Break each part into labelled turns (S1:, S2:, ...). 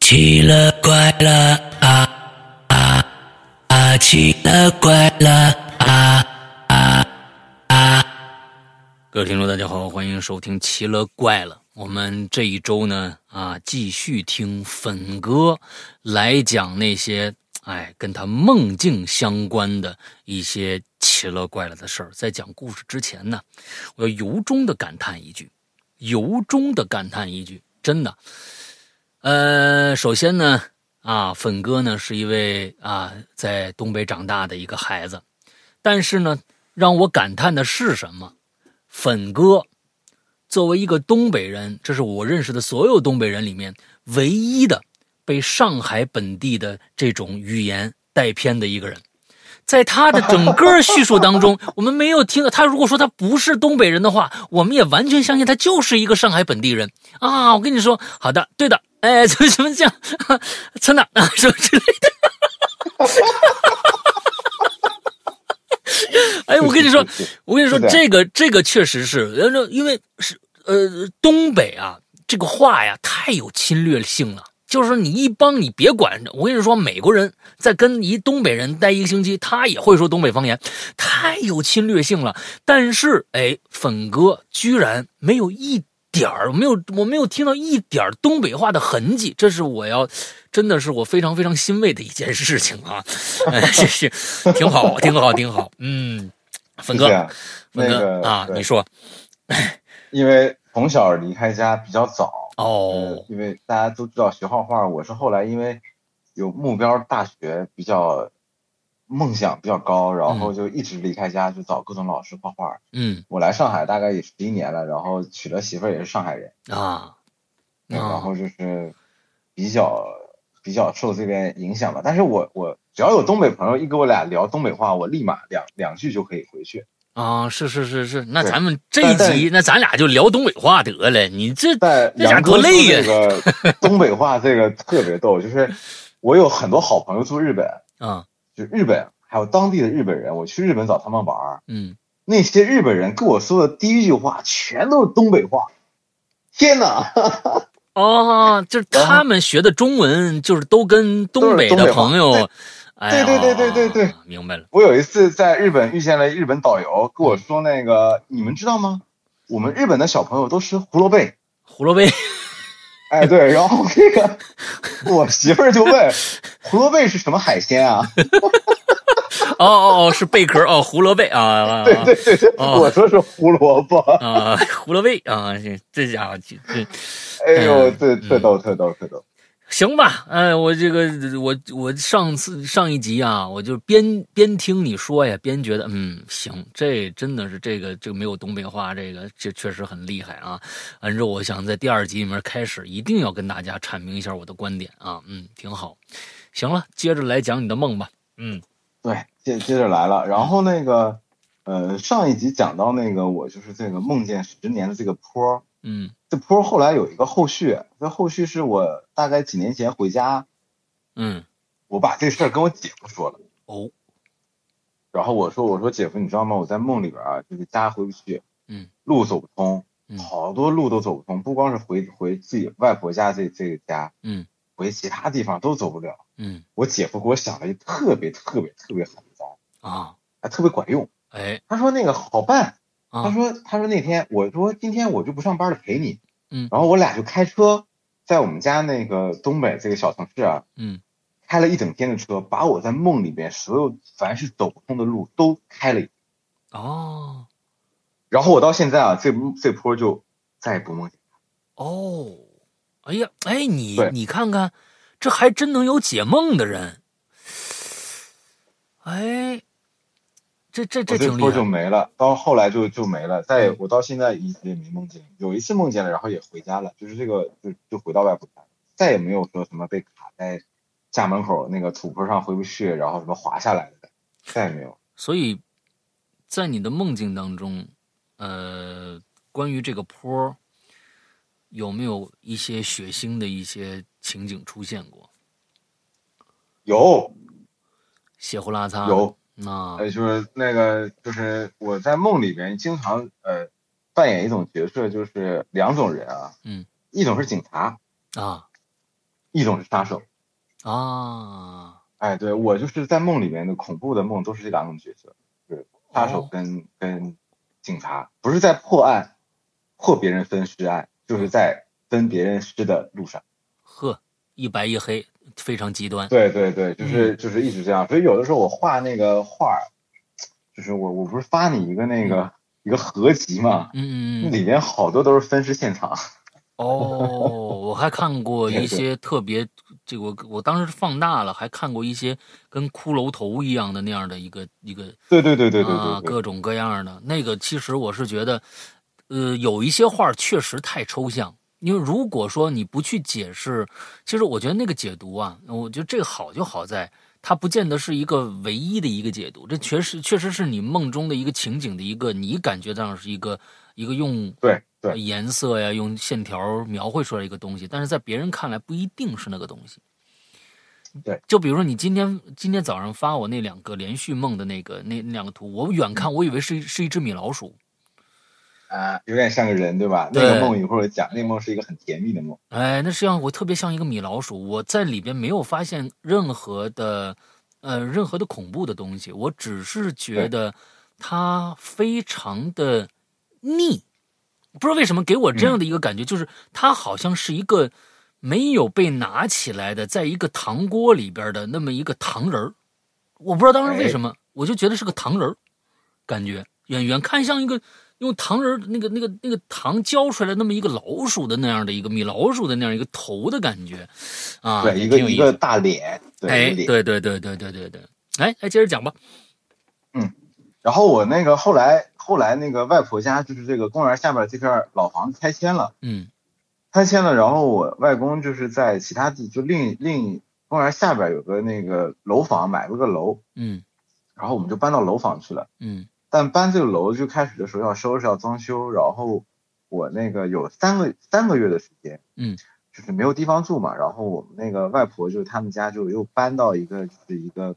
S1: 奇了怪了啊啊啊！奇了怪了啊啊啊！各位听众，大家好，欢迎收听《奇了怪了》。我们这一周呢，啊，继续听粉哥来讲那些哎跟他梦境相关的一些奇了怪了的事儿。在讲故事之前呢，我要由衷的感叹一句，由衷的感叹一句，真的。呃，首先呢，啊，粉哥呢是一位啊在东北长大的一个孩子，但是呢，让我感叹的是什么？粉哥作为一个东北人，这是我认识的所有东北人里面唯一的被上海本地的这种语言带偏的一个人。在他的整个叙述当中，我们没有听到他。如果说他不是东北人的话，我们也完全相信他就是一个上海本地人啊！我跟你说，好的，对的，哎，怎么怎么讲， 真的啊，什么之类的。 哎，我跟你说，我跟你说，
S2: 是的
S1: 这个这个确实是，呃因为是呃东北啊，这个话呀太有侵略性了。就是说，你一帮你别管，我跟你说，美国人在跟一东北人待一个星期，他也会说东北方言，太有侵略性了。但是，哎，粉哥居然没有一点儿，没有，我没有听到一点儿东北话的痕迹，这是我要，真的是我非常非常欣慰的一件事情啊！ 哎，这是挺好，挺好，挺好。嗯，粉哥，
S2: 是啊，
S1: 粉
S2: 那
S1: 哥、
S2: 个
S1: 啊，
S2: 对
S1: 你说
S2: 因为从小离开家比较早，
S1: 哦
S2: 呃，因为大家都知道学画画，我是后来因为有目标大学比较梦想比较高，然后就一直离开家去找各种老师画画。
S1: 嗯
S2: 我来上海大概也十一年了，然后娶了媳妇儿也是上海人，
S1: 啊，
S2: 对然
S1: 啊
S2: 后就是比较比较受这边影响吧。但是我我只要有东北朋友一跟我俩聊东北话，我立马两两句就可以回去。
S1: 啊，是是是是，那
S2: 对
S1: 咱们这一
S2: 但但
S1: 集，那咱俩就聊东北话得了。你这
S2: 但
S1: 这家
S2: 杨
S1: 多
S2: 哥说
S1: 累呀
S2: 这 个东北话这个特别逗，就是我有很多好朋友住日本，
S1: 啊，
S2: 就日本还有当地的日本人，我去日本找他们玩儿，
S1: 嗯，
S2: 那些日本人跟我说的第一句话全都是东北话。天哪，
S1: 哦，就是他们学的中文，就是都跟东北的朋
S2: 都是
S1: 友
S2: 东，
S1: 哎，
S2: 对对对对对
S1: 哦，明白了。
S2: 我有一次在日本遇见了日本导游，
S1: 嗯
S2: 跟我说那个，你们知道吗？我们日本的小朋友都吃胡萝卜。
S1: 胡萝卜，
S2: 哎，对，然后这 个我媳妇儿就问，胡萝卜是什么海鲜啊？
S1: 哦哦哦，是贝壳哦，胡萝卜啊啊
S2: 对对对对，
S1: 哦
S2: 我说是胡萝卜。
S1: 啊啊，胡萝卜啊，这这家伙这这
S2: 哎呦，
S1: 嗯
S2: 这特逗，特逗，特逗！
S1: 行吧，哎，我这个我我上次上一集啊，我就边边听你说呀，边觉得嗯行，这真的是这个这个没有东北话，这个这确实很厉害啊。按照我想在第二集里面开始，一定要跟大家阐明一下我的观点啊，嗯，挺好。行了，接着来讲你的梦吧，嗯
S2: 对，接接着来了。然后那个，呃，上一集讲到那个我就是这个梦见十年的这个坡儿，
S1: 嗯
S2: 这坡儿后来有一个后续，这后续是我大概几年前回家，
S1: 嗯，
S2: 我把这事儿跟我姐夫说了，
S1: 哦，
S2: 然后我说我说姐夫，你知道吗？我在梦里边啊，就是家回不去，
S1: 嗯，
S2: 路走不通
S1: 嗯，
S2: 好多路都走不通，不光是回回自己外婆家这这个家，
S1: 嗯，
S2: 回其他地方都走不了。
S1: 嗯
S2: 我姐夫给我想了一特别特别特别好的招儿，
S1: 啊，
S2: 还特别管用。
S1: 哎
S2: 他说那个好办，他
S1: 啊，
S2: 说他说那天我说今天我就不上班了陪你，
S1: 嗯
S2: 然后我俩就开车在我们家那个东北这个小城市啊，
S1: 嗯
S2: 开了一整天的车，把我在梦里边所有凡是走不通的路都开了一遍，
S1: 哦
S2: 然后我到现在啊，这这坡就再也不梦见。
S1: 哦，哎呀，哎你
S2: 对
S1: 你看看，这还真能有解梦的人，哎，这这这啊
S2: 我这
S1: 挺厉
S2: 坡就
S1: 害，
S2: 没了，到后来就就没了，再也我到现在一直也没梦见，有一次梦见了，然后也回家了，就是这个就就回到外婆家，再也没有说什么被卡在家门口那个土坡上回不去，然后什么滑下来的，再也没有。
S1: 所以在你的梦境当中，呃，关于这个坡儿，有没有一些血腥的一些情景出现过？
S2: 有
S1: 血呼啦擦，啊
S2: 有，
S1: 那
S2: 呃，就是那个就是我在梦里边经常呃扮演一种角色，就是两种人啊，
S1: 嗯，
S2: 一种是警察，
S1: 啊
S2: 一种是杀手。
S1: 啊，
S2: 哎，对我就是在梦里面的恐怖的梦都是这两种角色，就是杀手跟、跟警察，不是在破案破别人分尸案，就是在分别人尸的路上。
S1: 呵，一白一黑，非常极端。
S2: 对对对，就是就是一直这样。所以有的时候我画那个画儿，就是我我不是发你一个那个一个合集嘛，
S1: 嗯嗯
S2: 那
S1: 嗯。
S2: 里面好多都是分尸现场。
S1: 哦，我还看过
S2: 对
S1: 一些特别，这个我我当时是放大了，还看过一些跟骷髅头一样的那样的一个一个
S2: 对对对对对
S1: 啊，
S2: 对对，
S1: 各种各样的。那个其实我是觉得，呃，有一些画确实太抽象，因为如果说你不去解释，其实我觉得那个解读啊，我觉得这个好就好在。它不见得是一个唯一的一个解读，这确实确实是你梦中的一个情景的一个，你感觉上是一个一个用
S2: 对对
S1: 呃颜色呀，用线条描绘出来一个东西，但是在别人看来不一定是那个东西。
S2: 对，
S1: 就比如说你今天今天早上发我那两个连续梦的那个那那两个图，我远看我以为是一是一只米老鼠，
S2: 啊，有点像个人对吧？那
S1: 对
S2: 个梦一会儿讲，那个梦是一个很甜蜜的梦。
S1: 哎，那实际上我特别像一个米老鼠，我在里边没有发现任何的呃任何的恐怖的东西，我只是觉得它非常的腻，不知道为什么给我这样的一个感觉，就是它好像是一个没有被拿起来的，在一个糖锅里边的那么一个糖人儿，我不知道当时为什么，我就觉得是个糖人儿，感觉远远看像一个用糖人儿那个那个那个糖浇出来那么一个老鼠的那样的一个米老鼠的那样一个头的感觉，啊，
S2: 对，
S1: 也
S2: 一个
S1: 挺有
S2: 一
S1: 意
S2: 个
S1: 思
S2: 大脸，对，一
S1: 哎，
S2: 个脸。
S1: 对对对对对对对，哎哎，接着讲吧，
S2: 然后我那个后来后来那个外婆家就是这个公园下边这片老房子拆迁了，
S1: 嗯
S2: 拆迁了，然后我外公就是在其他地就另另公园下边有个那个楼房买了个楼，
S1: 嗯
S2: 然后我们就搬到楼房去了。
S1: 嗯
S2: 但搬这个楼就开始的时候要收拾要装修，然后我那个有三个三个月的时间，
S1: 嗯，
S2: 就是没有地方住嘛。然后我们那个外婆就是他们家就又搬到一个就是一个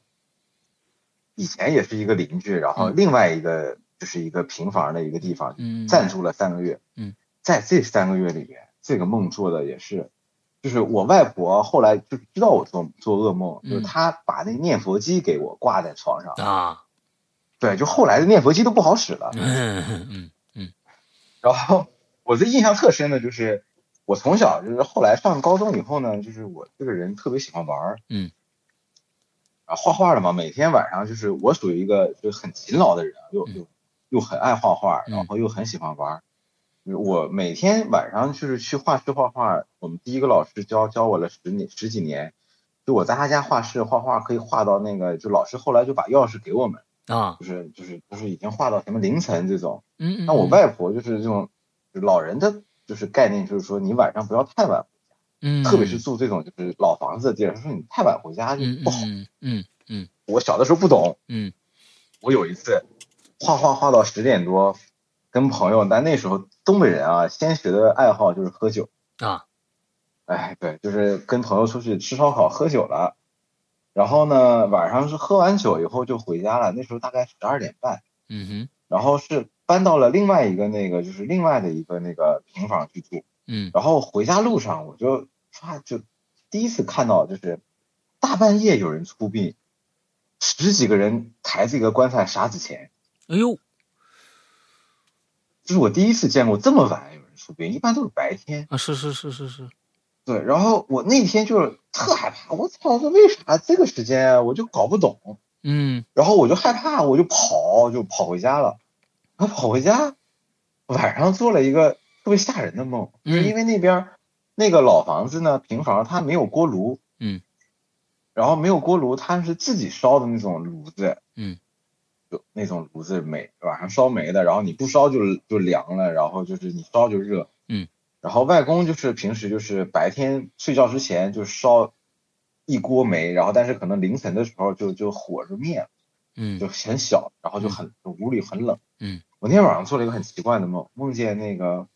S2: 以前也是一个邻居，然后
S1: 嗯
S2: 另外一个就是一个平房的一个地方，
S1: 嗯，
S2: 暂住了三个月。
S1: 嗯，
S2: 在这三个月里面，这个梦做的也是，就是我外婆后来就是知道我做做噩梦，
S1: 嗯
S2: 就是她把那念佛机给我挂在床上，
S1: 啊，
S2: 对，就后来的念佛机都不好使了。
S1: 嗯嗯嗯
S2: 然后我最印象特深的就是，我从小就是后来上高中以后呢，就是我这个人特别喜欢玩儿，
S1: 嗯，
S2: 啊，画画的嘛，每天晚上就是我属于一个就是很勤劳的人，啊又又又很爱画画，
S1: 嗯
S2: 然后又很喜欢玩儿。就是我每天晚上就是去画室画画，我们第一个老师教教我了十年十几年，就我在他家画室画画可以画到那个，就老师后来就把钥匙给我们，
S1: 啊，
S2: 就是就是就是已经画到什么凌晨这种。
S1: 嗯嗯，
S2: 那我外婆就是这种就是老人的，就是概念，就是说你晚上不要太晚，
S1: 嗯，
S2: 特别是住这种就是老房子的地儿，她说你太晚回家就
S1: 嗯
S2: 不好。
S1: 嗯嗯
S2: 我小的时候不懂，
S1: 嗯
S2: 我有一次画画画到十点多，跟朋友，但那时候东北人啊，先学的爱好就是喝酒，
S1: 啊，
S2: 哎，对，就是跟朋友出去吃烧烤喝酒了。然后呢，晚上是喝完酒以后就回家了，那时候大概十二点半，
S1: 嗯哼
S2: 然后是搬到了另外一个那个就是另外的一个那个平房去住。
S1: 嗯
S2: 然后回家路上我就啊，就第一次看到就是大半夜有人出殡，十几个人抬这个棺材撒纸钱，
S1: 哎呦，
S2: 这是我第一次见过这么晚有人出殡，一般都是白天。
S1: 啊，是是是是是，
S2: 对，然后我那天就是特害怕，我操，这为啥这个时间啊，我就搞不懂。
S1: 嗯
S2: 然后我就害怕，我就跑，就跑回家了。然后跑回家，晚上做了一个特别吓人的梦，
S1: 嗯
S2: 就是因为那边儿那个老房子呢，平房它没有锅炉，
S1: 嗯，
S2: 然后没有锅炉，它是自己烧的那种炉子，
S1: 嗯，
S2: 就那种炉子煤，晚上烧煤的，然后你不烧就就凉了，然后就是你烧就热，
S1: 嗯，
S2: 然后外公就是平时就是白天睡觉之前就烧一锅煤，然后但是可能凌晨的时候就就火就灭了。
S1: 嗯
S2: 就很小，然后就很屋里很冷。
S1: 嗯，
S2: 我那天晚上做了一个很奇怪的梦，梦见那个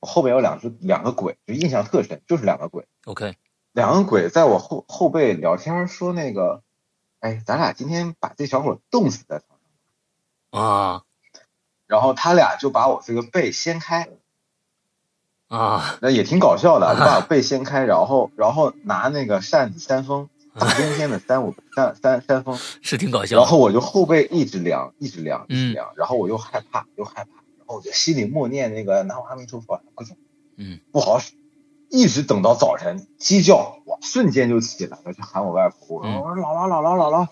S2: 我后边有两只两个鬼，就印象特深，就是两个鬼，
S1: ，OK，
S2: 两个鬼在我后后背聊天说那个，哎，咱俩今天把这小伙冻死在床上，
S1: 啊，
S2: 然后他俩就把我这个被掀开，
S1: 啊，
S2: 那也挺搞笑的。我把我背掀开，然后然后拿那个扇子扇风，大冬天的扇我扇扇扇风，
S1: 是挺搞笑的。
S2: 然后我就后背一直凉，一直凉，
S1: 嗯
S2: 一直凉，然后我又害怕，又害怕，然后我就心里默念那个南无阿弥陀佛，各种
S1: 嗯
S2: 不好使。一直等到早晨鸡叫，我瞬间就起来了，去喊我外婆。我
S1: 嗯
S2: 说：“我说姥姥，姥姥，姥姥，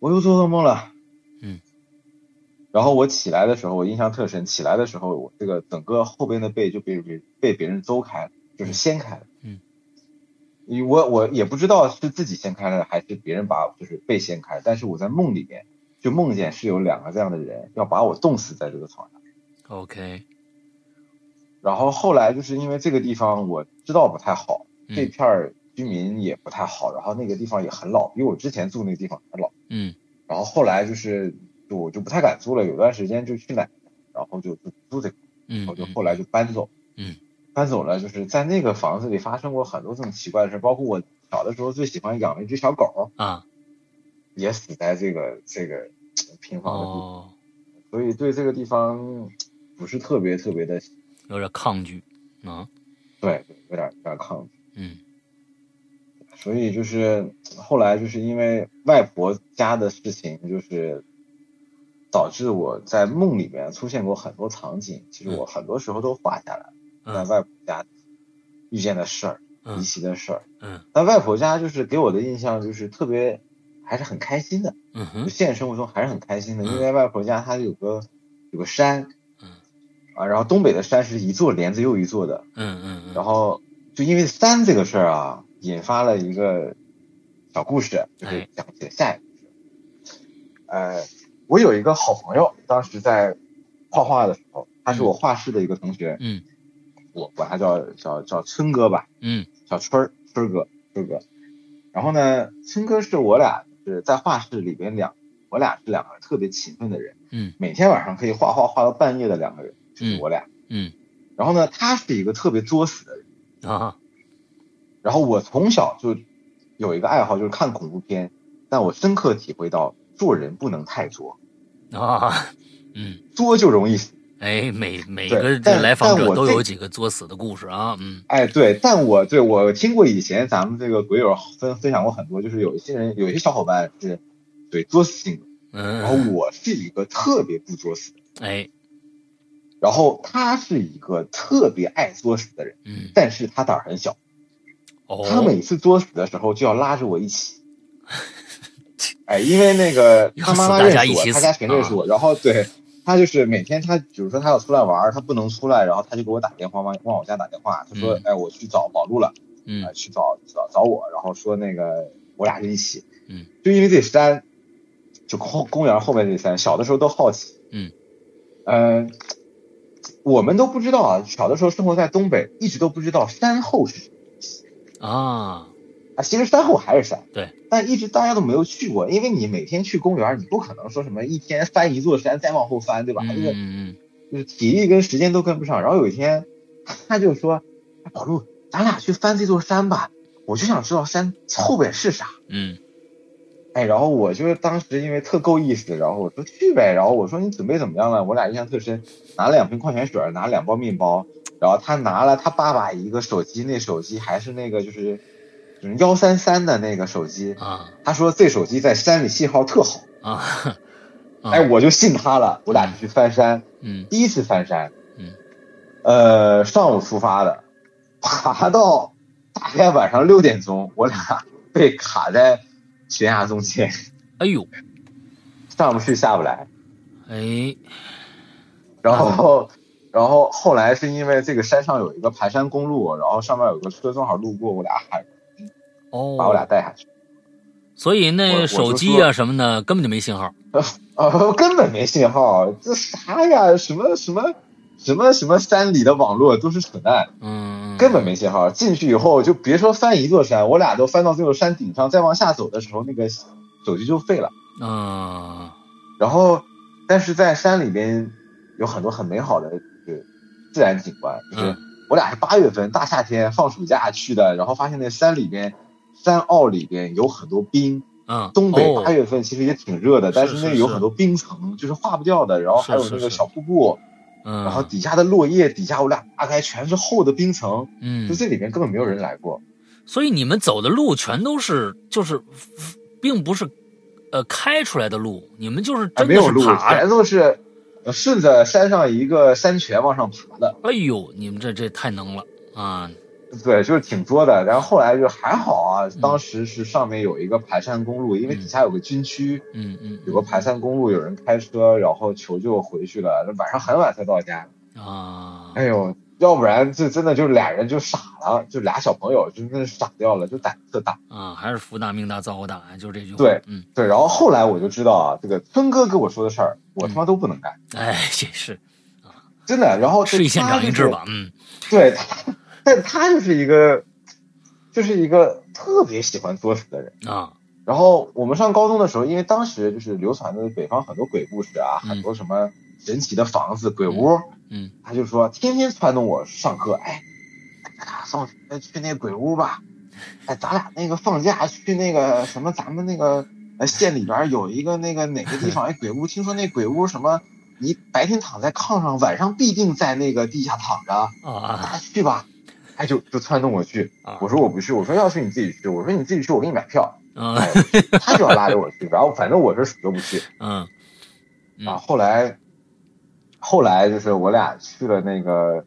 S2: 我又做噩梦了。”
S1: 嗯。
S2: 然后我起来的时候，我印象特深。起来的时候，我这个整个后边的背就被被被别人邹开了，就是掀开了。
S1: 嗯。
S2: 我我也不知道是自己掀开了还是别人把就是被掀开，但是我在梦里面就梦见是有两个这样的人要把我冻死在这个床上。
S1: ，OK，
S2: 然后后来就是因为这个地方我知道不太好，
S1: 嗯
S2: 这片儿居民也不太好，然后那个地方也很老，比我之前住那个地方还老。
S1: 嗯
S2: 然后后来就是就我就不太敢租了，有段时间就去奶奶，然后就就租这个，
S1: 嗯，
S2: 我就
S1: 嗯
S2: 后来就搬走。
S1: 嗯，
S2: 搬走了，就是在那个房子里发生过很多这种奇怪的事，包括我小的时候最喜欢养了一只小狗，
S1: 啊，
S2: 也死在这个这个平房的地方，
S1: 哦，
S2: 所以对这个地方不是特别特别的
S1: 有点抗拒啊，
S2: 对，有点有点抗拒。
S1: 嗯
S2: 所以就是后来就是因为外婆家的事情，就是导致我在梦里面出现过很多场景，其实我很多时候都画下来了，在
S1: 嗯
S2: 外婆家遇见的事儿、
S1: 嗯
S2: 离奇的事儿。
S1: 嗯
S2: 但外婆家就是给我的印象就是特别还是很开心的，
S1: 嗯
S2: 就
S1: 哼，
S2: 现实生活中还是很开心的，
S1: 嗯
S2: 因为外婆家它有个有个山
S1: 嗯，
S2: 啊，然后东北的山是一座连着又一座的，
S1: 嗯嗯嗯，
S2: 然后就因为三这个事儿啊，引发了一个小故事，就是
S1: 哎
S2: 讲解下一个故事。呃，我有一个好朋友，当时在画画的时候，他是我画室的一个同学，
S1: 嗯
S2: 我管他叫叫叫春哥吧，
S1: 嗯
S2: 小春儿，春儿哥，春儿哥。然后呢，春哥是我俩是在画室里边两，我俩是两个特别勤奋的人，
S1: 嗯
S2: 每天晚上可以画画画到半夜的两个人，就是我俩。
S1: 嗯
S2: 然后呢，他是一个特别作死的人。
S1: 啊，
S2: 然后我从小就有一个爱好，就是看恐怖片，但我深刻体会到做人不能太作，
S1: 啊， 嗯，
S2: 作就容易死。
S1: 哎，每每
S2: 对
S1: 个这
S2: 但
S1: 来访
S2: 但
S1: 者
S2: 我
S1: 都
S2: 这
S1: 有几个作死的故事啊，嗯
S2: 哎，对，但我对我听过以前咱们这个鬼友分分享过很多，就是有一些人有一些小伙伴是对作死性格，然后
S1: 嗯，
S2: 我是一个特别不作死的人，
S1: 哎，
S2: 然后他是一个特别爱作死的人，
S1: 嗯，
S2: 但是他胆儿很小，
S1: 哦，
S2: 他每次作死的时候就要拉着我 一起。哎，因为那个
S1: 要
S2: 他妈
S1: 死
S2: 妈
S1: 大
S2: 认
S1: 家一
S2: 识我
S1: 起，
S2: 他
S1: 死啊
S2: 家全认识我，然后对他就是每天他，比如说他要出来玩儿，他不能出来，然后他就给我打电话，往往我家打电话，他说
S1: 嗯，
S2: 哎，我去找宝路了，
S1: 嗯
S2: 呃去找找找我，然后说那个我俩就一起，
S1: 嗯，
S2: 就因为这山，就公公园后面这山，小的时候都好奇，
S1: 嗯，
S2: 呃，我们都不知道啊，小的时候生活在东北，一直都不知道山后是什么。
S1: 啊，
S2: 啊，其实山后还是山，
S1: 对，
S2: 但一直大家都没有去过，因为你每天去公园，你不可能说什么一天翻一座山再往后翻，对吧？这
S1: 嗯
S2: 个
S1: 嗯嗯
S2: 就是体力跟时间都跟不上。然后有一天，他就说：“哎宝路，咱俩去翻这座山吧，我就想知道山后边是啥。
S1: 嗯”
S2: 哎，然后我就当时因为特够意思，然后我说去呗，然后我说你准备怎么样了？我俩印象特深，拿了两瓶矿泉水，拿了两包面包，然后他拿了他爸爸一个手机，那手机还是那个就是就是幺三三的那个手机，
S1: 啊
S2: 他说这手机在山里信号特好，
S1: 啊，啊
S2: 哎，，我就信他了。我俩就去翻山，
S1: 嗯
S2: 第一次翻山，
S1: 嗯，
S2: 呃，上午出发的，爬到大概晚上六点钟，我俩被卡在悬崖中间，
S1: 哎呦，
S2: 上不去下不来。
S1: 哎，
S2: 然后，然后后来是因为这个山上有一个盘山公路，然后上面有个车正好路过，我俩喊
S1: 哦，
S2: 把我俩带下去，
S1: 所以
S2: 我
S1: 那
S2: 我
S1: 手
S2: 就
S1: 机
S2: 说
S1: 啊什么的根本就没信号。
S2: 呃，根本没信号，这啥呀？什么什么什么什么山里的网络都是扯淡。
S1: 嗯，
S2: 根本没信号。进去以后就别说翻一座山，我俩都翻到最后山顶上，再往下走的时候，那个手机就废了。
S1: 嗯
S2: 然后，但是在山里边有很多很美好的就是自然景观，就是
S1: 嗯
S2: 我俩是八月份大夏天放暑假去的，然后发现那山里边。山坳里边有很多冰，
S1: 嗯，
S2: 东北
S1: 哦
S2: 八月份其实也挺热的，但是
S1: 是
S2: 那
S1: 是
S2: 有
S1: 是
S2: 很多冰层，就是化不掉的。然后还有
S1: 是是
S2: 那个
S1: 是
S2: 小瀑布，
S1: 嗯，
S2: 然后底下的落叶底下我俩扒开全是厚的冰层，
S1: 嗯
S2: 就，这里面根本没有人来过。
S1: 所以你们走的路全都是就是，并不是呃开出来的路，你们就是
S2: 啊，
S1: 真
S2: 没
S1: 的
S2: 有
S1: 是
S2: 路，
S1: 爬。
S2: 全都是呃顺着山上一个山泉往上爬的，
S1: 哎呦，你们这这太能了啊！
S2: 对，就是挺多的。然后后来就还好啊，
S1: 嗯
S2: 当时是上面有一个盘山公路，因为底下有个军区，
S1: 嗯嗯
S2: 有个盘山公路，有人开车然后求救回去了，那晚上很晚才到家。
S1: 啊，
S2: 哎呦，要不然这真的就俩人就傻了，就俩小朋友就真的傻掉了，就胆子特大。
S1: 啊，还是福大命大造化大，就这句话。
S2: 对，
S1: 嗯，
S2: 对，然后后来我就知道啊，这个春哥跟我说的事儿，我他
S1: 嗯
S2: 妈都不能干，
S1: 哎，这是
S2: 真的。然后这
S1: 吃一堑
S2: 他
S1: 长一
S2: 就
S1: 智
S2: 哦是
S1: 吧，嗯
S2: 对他，但他就是一个，就是一个特别喜欢作死的人。
S1: 啊，
S2: 然后我们上高中的时候，因为当时就是流传的北方很多鬼故事啊，
S1: 嗯
S2: 很多什么神奇的房子、鬼屋，
S1: 嗯
S2: 他就说天天撺掇我上课，哎，咱俩上学去那鬼屋吧，哎，咱俩那个放假去那个什么，咱们那个呃县里边有一个那个哪个地方哎鬼屋，听说那鬼屋什么，你白天躺在炕上，晚上必定在那个地下躺着。
S1: 啊
S2: 啊，去吧，哎，就就撺掇我去。
S1: 啊
S2: 我说我不去，我说要去你自己去，我说你自己去，我给你买 票。
S1: 啊
S2: 哎，他就要拉着我去，然后反正我是死都不去
S1: 嗯
S2: 啊。后来，后来就是我俩去了那个，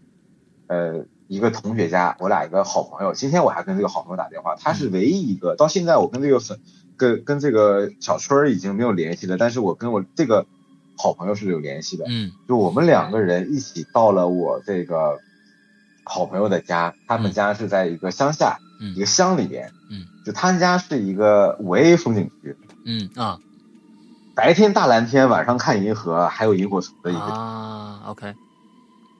S2: 呃，一个同学家，我俩一个好朋友。今天我还跟这个好朋友打电话，他
S1: 嗯
S2: 是唯一一个到现在我跟这个粉，跟跟这个小春儿已经没有联系了，但是我跟我这个好朋友是有联系的。
S1: 嗯
S2: 就我们两个人一起到了我这个好朋友的家，他们家是在一个乡下，
S1: 嗯
S2: 一个乡里边，
S1: 嗯，
S2: 就他们家是一个五 A 风景区，
S1: 嗯啊
S2: 白天大蓝天，晚上看银河，还有萤火虫的一个、
S1: 啊，OK，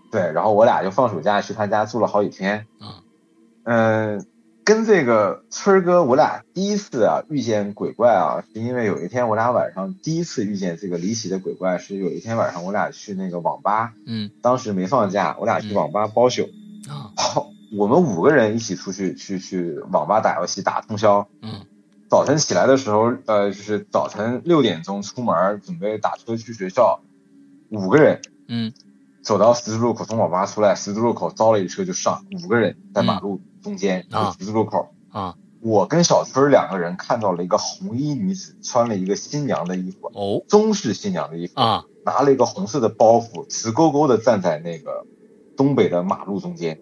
S2: 对，然后我俩就放暑假去他家住了好几天，
S1: 啊
S2: 嗯、跟这个村儿哥，我俩第一次啊遇见鬼怪啊，是因为有一天我俩晚上第一次遇见这个离奇的鬼怪，是有一天晚上我俩去那个网吧，
S1: 嗯
S2: 当时没放假，我俩去
S1: 嗯
S2: 网吧包宿，
S1: 啊
S2: 好，我们五个人一起出去去去网吧打游戏打通宵。
S1: 嗯
S2: 早晨起来的时候，呃，就是早晨六点钟出门，准备打车去学校。五个人
S1: 嗯
S2: 走到十字路口，从网吧出来，十字路口招了一车就上，五个人在马路中间，
S1: 啊
S2: 就十字路口。
S1: 啊
S2: 我跟小春两个人看到了一个红衣女子，穿了一个新娘的衣服，
S1: 哦
S2: 中式新娘的衣服，
S1: 啊
S2: 拿了一个红色的包袱，直勾勾的站在那个东北的马路中间。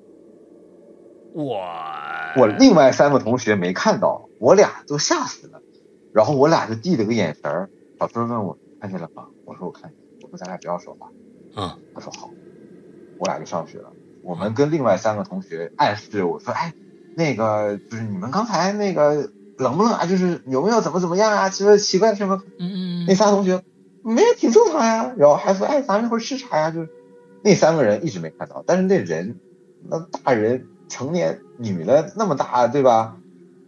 S1: 我
S2: 我另外三个同学没看到，我俩都吓死了。然后我俩就递了个眼神儿，小春问我看见了吗？我说我看见了。我说咱俩不要说话。
S1: 嗯
S2: 他说好。我俩就上去了。我们跟另外三个同学暗示我说，哎，那个就是你们刚才那个冷不冷啊？就是有没有怎么怎么样啊？就是奇怪的什么？
S1: 嗯
S2: 那
S1: 嗯
S2: 仨同学没有挺正常呀。然后还说，哎，咱们一会儿吃啥呀？就是那三个人一直没看到，但是那人那大人成年女的那么大，对吧？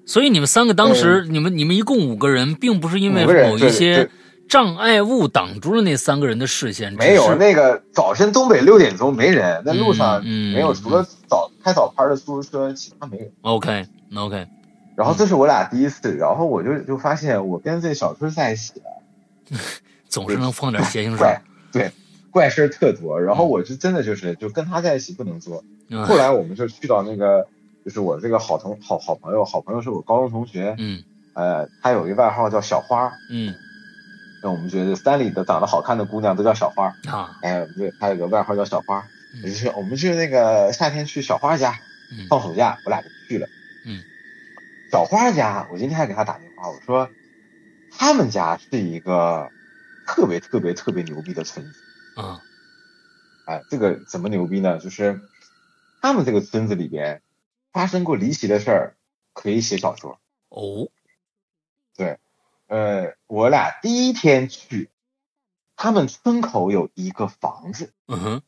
S1: 所以你们三个当时，你们你们一共五个人，并不是因为
S2: 嗯五个人
S1: 某一
S2: 对
S1: 些
S2: 对
S1: 障碍物挡住了那三个人的视线，
S2: 没有
S1: 只是
S2: 那个早晨东北六点钟没人，那路上
S1: 嗯嗯
S2: 没
S1: 嗯
S2: 有，除了早开早班的出租车，其他没有。
S1: OK OK，
S2: 然后这是我俩第一次，然后我就就发现我跟这小春在一起，啊
S1: 总是能碰点邪性事
S2: 怪
S1: 儿。
S2: 对怪事儿特多。然后我就真的就是就跟他在一起不能作。
S1: 嗯
S2: 后来我们就去到那个就是我这个好同好好朋友，好朋友是我高中同学，
S1: 嗯
S2: 呃，他有一个外号叫小花。
S1: 嗯
S2: 那我们觉得山里的长得好看的姑娘都叫小花，
S1: 啊
S2: 哎，对，他有个外号叫小花。
S1: 嗯
S2: 我就去，我们去那个夏天去小花家，
S1: 嗯
S2: 放暑假，我俩就去了。
S1: 嗯，
S2: 小花家，我今天还给他打电话，我说他们家是一个特别特别特别牛逼的村子。
S1: 啊
S2: 哎，这个怎么牛逼呢？就是他们这个村子里边发生过离奇的事儿，可以写小说。
S1: 哦
S2: 呃，我俩第一天去，他们村口有一个房子，
S1: 嗯哼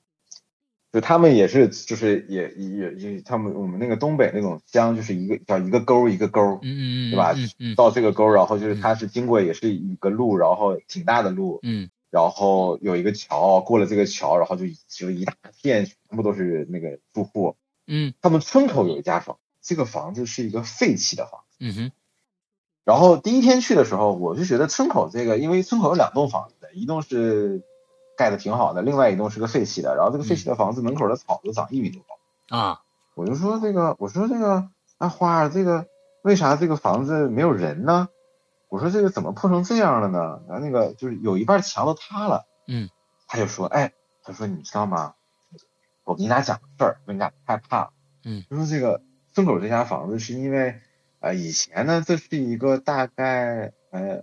S2: 就他们也是，就是也也也，他们我们那个东北那种乡，就是一个叫一个沟儿一个沟儿，
S1: 嗯嗯嗯
S2: 对吧
S1: 嗯嗯
S2: 到这个沟儿，然后就是它是经过也是一个路，然后挺大的路，
S1: 嗯
S2: 然后有一个桥，过了这个桥，然后就就一大片全部都是那个住户。
S1: 嗯
S2: 他们村口有一家房，这个房子是一个废弃的房子。
S1: 嗯哼
S2: 然后第一天去的时候，我就觉得村口这个，因为村口有两栋房子，一栋是盖的挺好的，另外一栋是个废弃的，然后这个废弃的房子门口的草都长一米多高，
S1: 啊，
S2: 我就说这个，我说这个啊花儿，这个为啥这个房子没有人呢？我说这个怎么破成这样了呢？然后那个就是有一半墙都塌了，
S1: 嗯，
S2: 他就说，哎，他说你知道吗？我给你俩讲个事儿，你俩害怕，
S1: 嗯，
S2: 他说这个村口这家房子是因为呃以前呢这是一个大概呃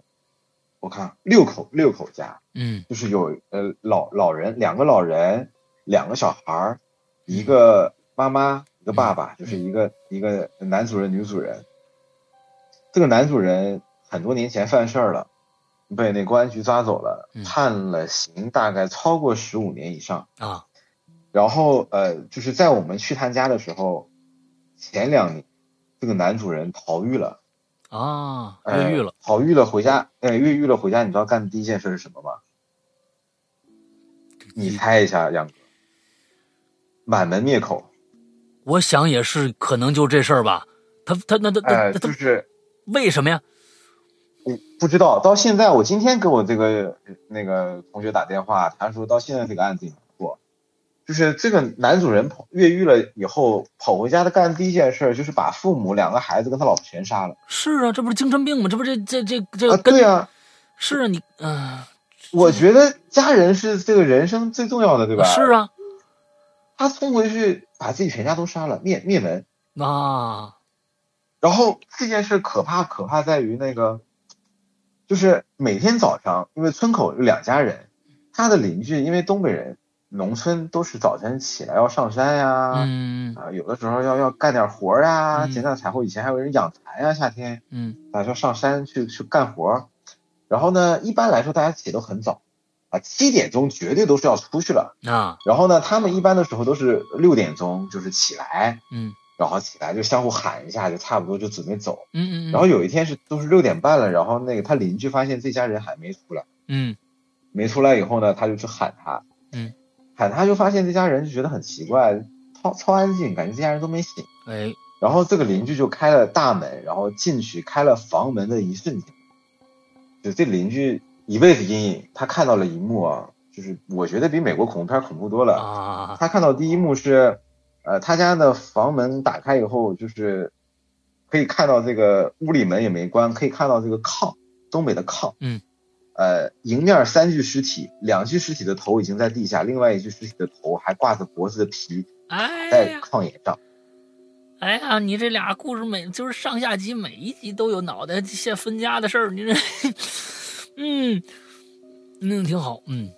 S2: 我看啊六口六口家，
S1: 嗯
S2: 就是有呃老老人，两个老人，两个小孩儿，一个妈妈，一个爸爸，就是一个一个男主人女主人。这个男主人很多年前犯事儿了，被那公安局抓走了
S1: 嗯，
S2: 判了刑大概超过十五年以上。
S1: 啊，
S2: 然后呃，就是在我们去他家的时候，前两年这个男主人逃狱了，
S1: 啊，
S2: 呃
S1: 越狱了，，
S2: 逃狱了回家，呃，越狱了回家，你知道干的第一件事是什么吗？你猜一下，杨哥，满门灭口，
S1: 我想也是，可能就这事儿吧。他他那他他
S2: 哎、
S1: 他
S2: 就
S1: 他
S2: 是
S1: 为什么呀？
S2: 我不知道，到现在我今天给我这个呃那个同学打电话，他说到现在这个案子也没破，就是这个男主人跑越狱了以后跑回家，他干的第一件事就是把父母两个孩子跟他老婆全杀了
S1: 是啊，这不是精神病吗？这不是这这这这
S2: 啊！
S1: 跟
S2: 对啊，
S1: 是啊，你嗯，
S2: 我觉得家人是这个人生最重要的，对吧？
S1: 是啊，
S2: 他冲回去把自己全家都杀了，灭灭门。
S1: 啊，
S2: 然后这件事可怕，可怕在于那个，就是每天早上，因为村口有两家人，他的邻居因为东北人，农村都是早晨起来要上山呀、啊，
S1: 嗯
S2: 有的时候要要干点活儿啊，
S1: 嗯
S2: 捡点柴火。以前还有人养蚕呀、夏天
S1: 嗯
S2: 啊要上山去去干活儿。然后呢，一般来说大家起得都很早，啊，七点钟绝对都是要出去了。
S1: 啊
S2: 然后呢，他们一般的时候都是六点钟就是起来，
S1: 嗯
S2: 然后起来就相互喊一下，就差不多就准备走。
S1: 嗯嗯，嗯
S2: 然后有一天是都是六点半了，然后那个他邻居发现这家人还没出来，
S1: 嗯
S2: 没出来以后呢，他就去喊他，
S1: 嗯，
S2: 喊他就发现这家人就觉得很奇怪，超超安静，感觉这家人都没醒。
S1: 哎
S2: 然后这个邻居就开了大门，然后进去开了房门的一瞬间，就这邻居一辈子阴影，他看到了一幕啊，就是我觉得比美国恐怖片恐怖多了。
S1: 啊
S2: 他看到第一幕是，呃，他家的房门打开以后，就是可以看到这个屋里门也没关，可以看到这个炕，东北的炕，
S1: 嗯，
S2: 呃，迎面三具尸体，两具尸体的头已经在地下，另外一具尸体的头还挂着脖子的皮
S1: 哎
S2: 在
S1: 呀
S2: 炕沿上。
S1: 哎呀，你这俩故事每就是上下集每一集都有脑袋下分家的事儿，你这 嗯嗯挺好嗯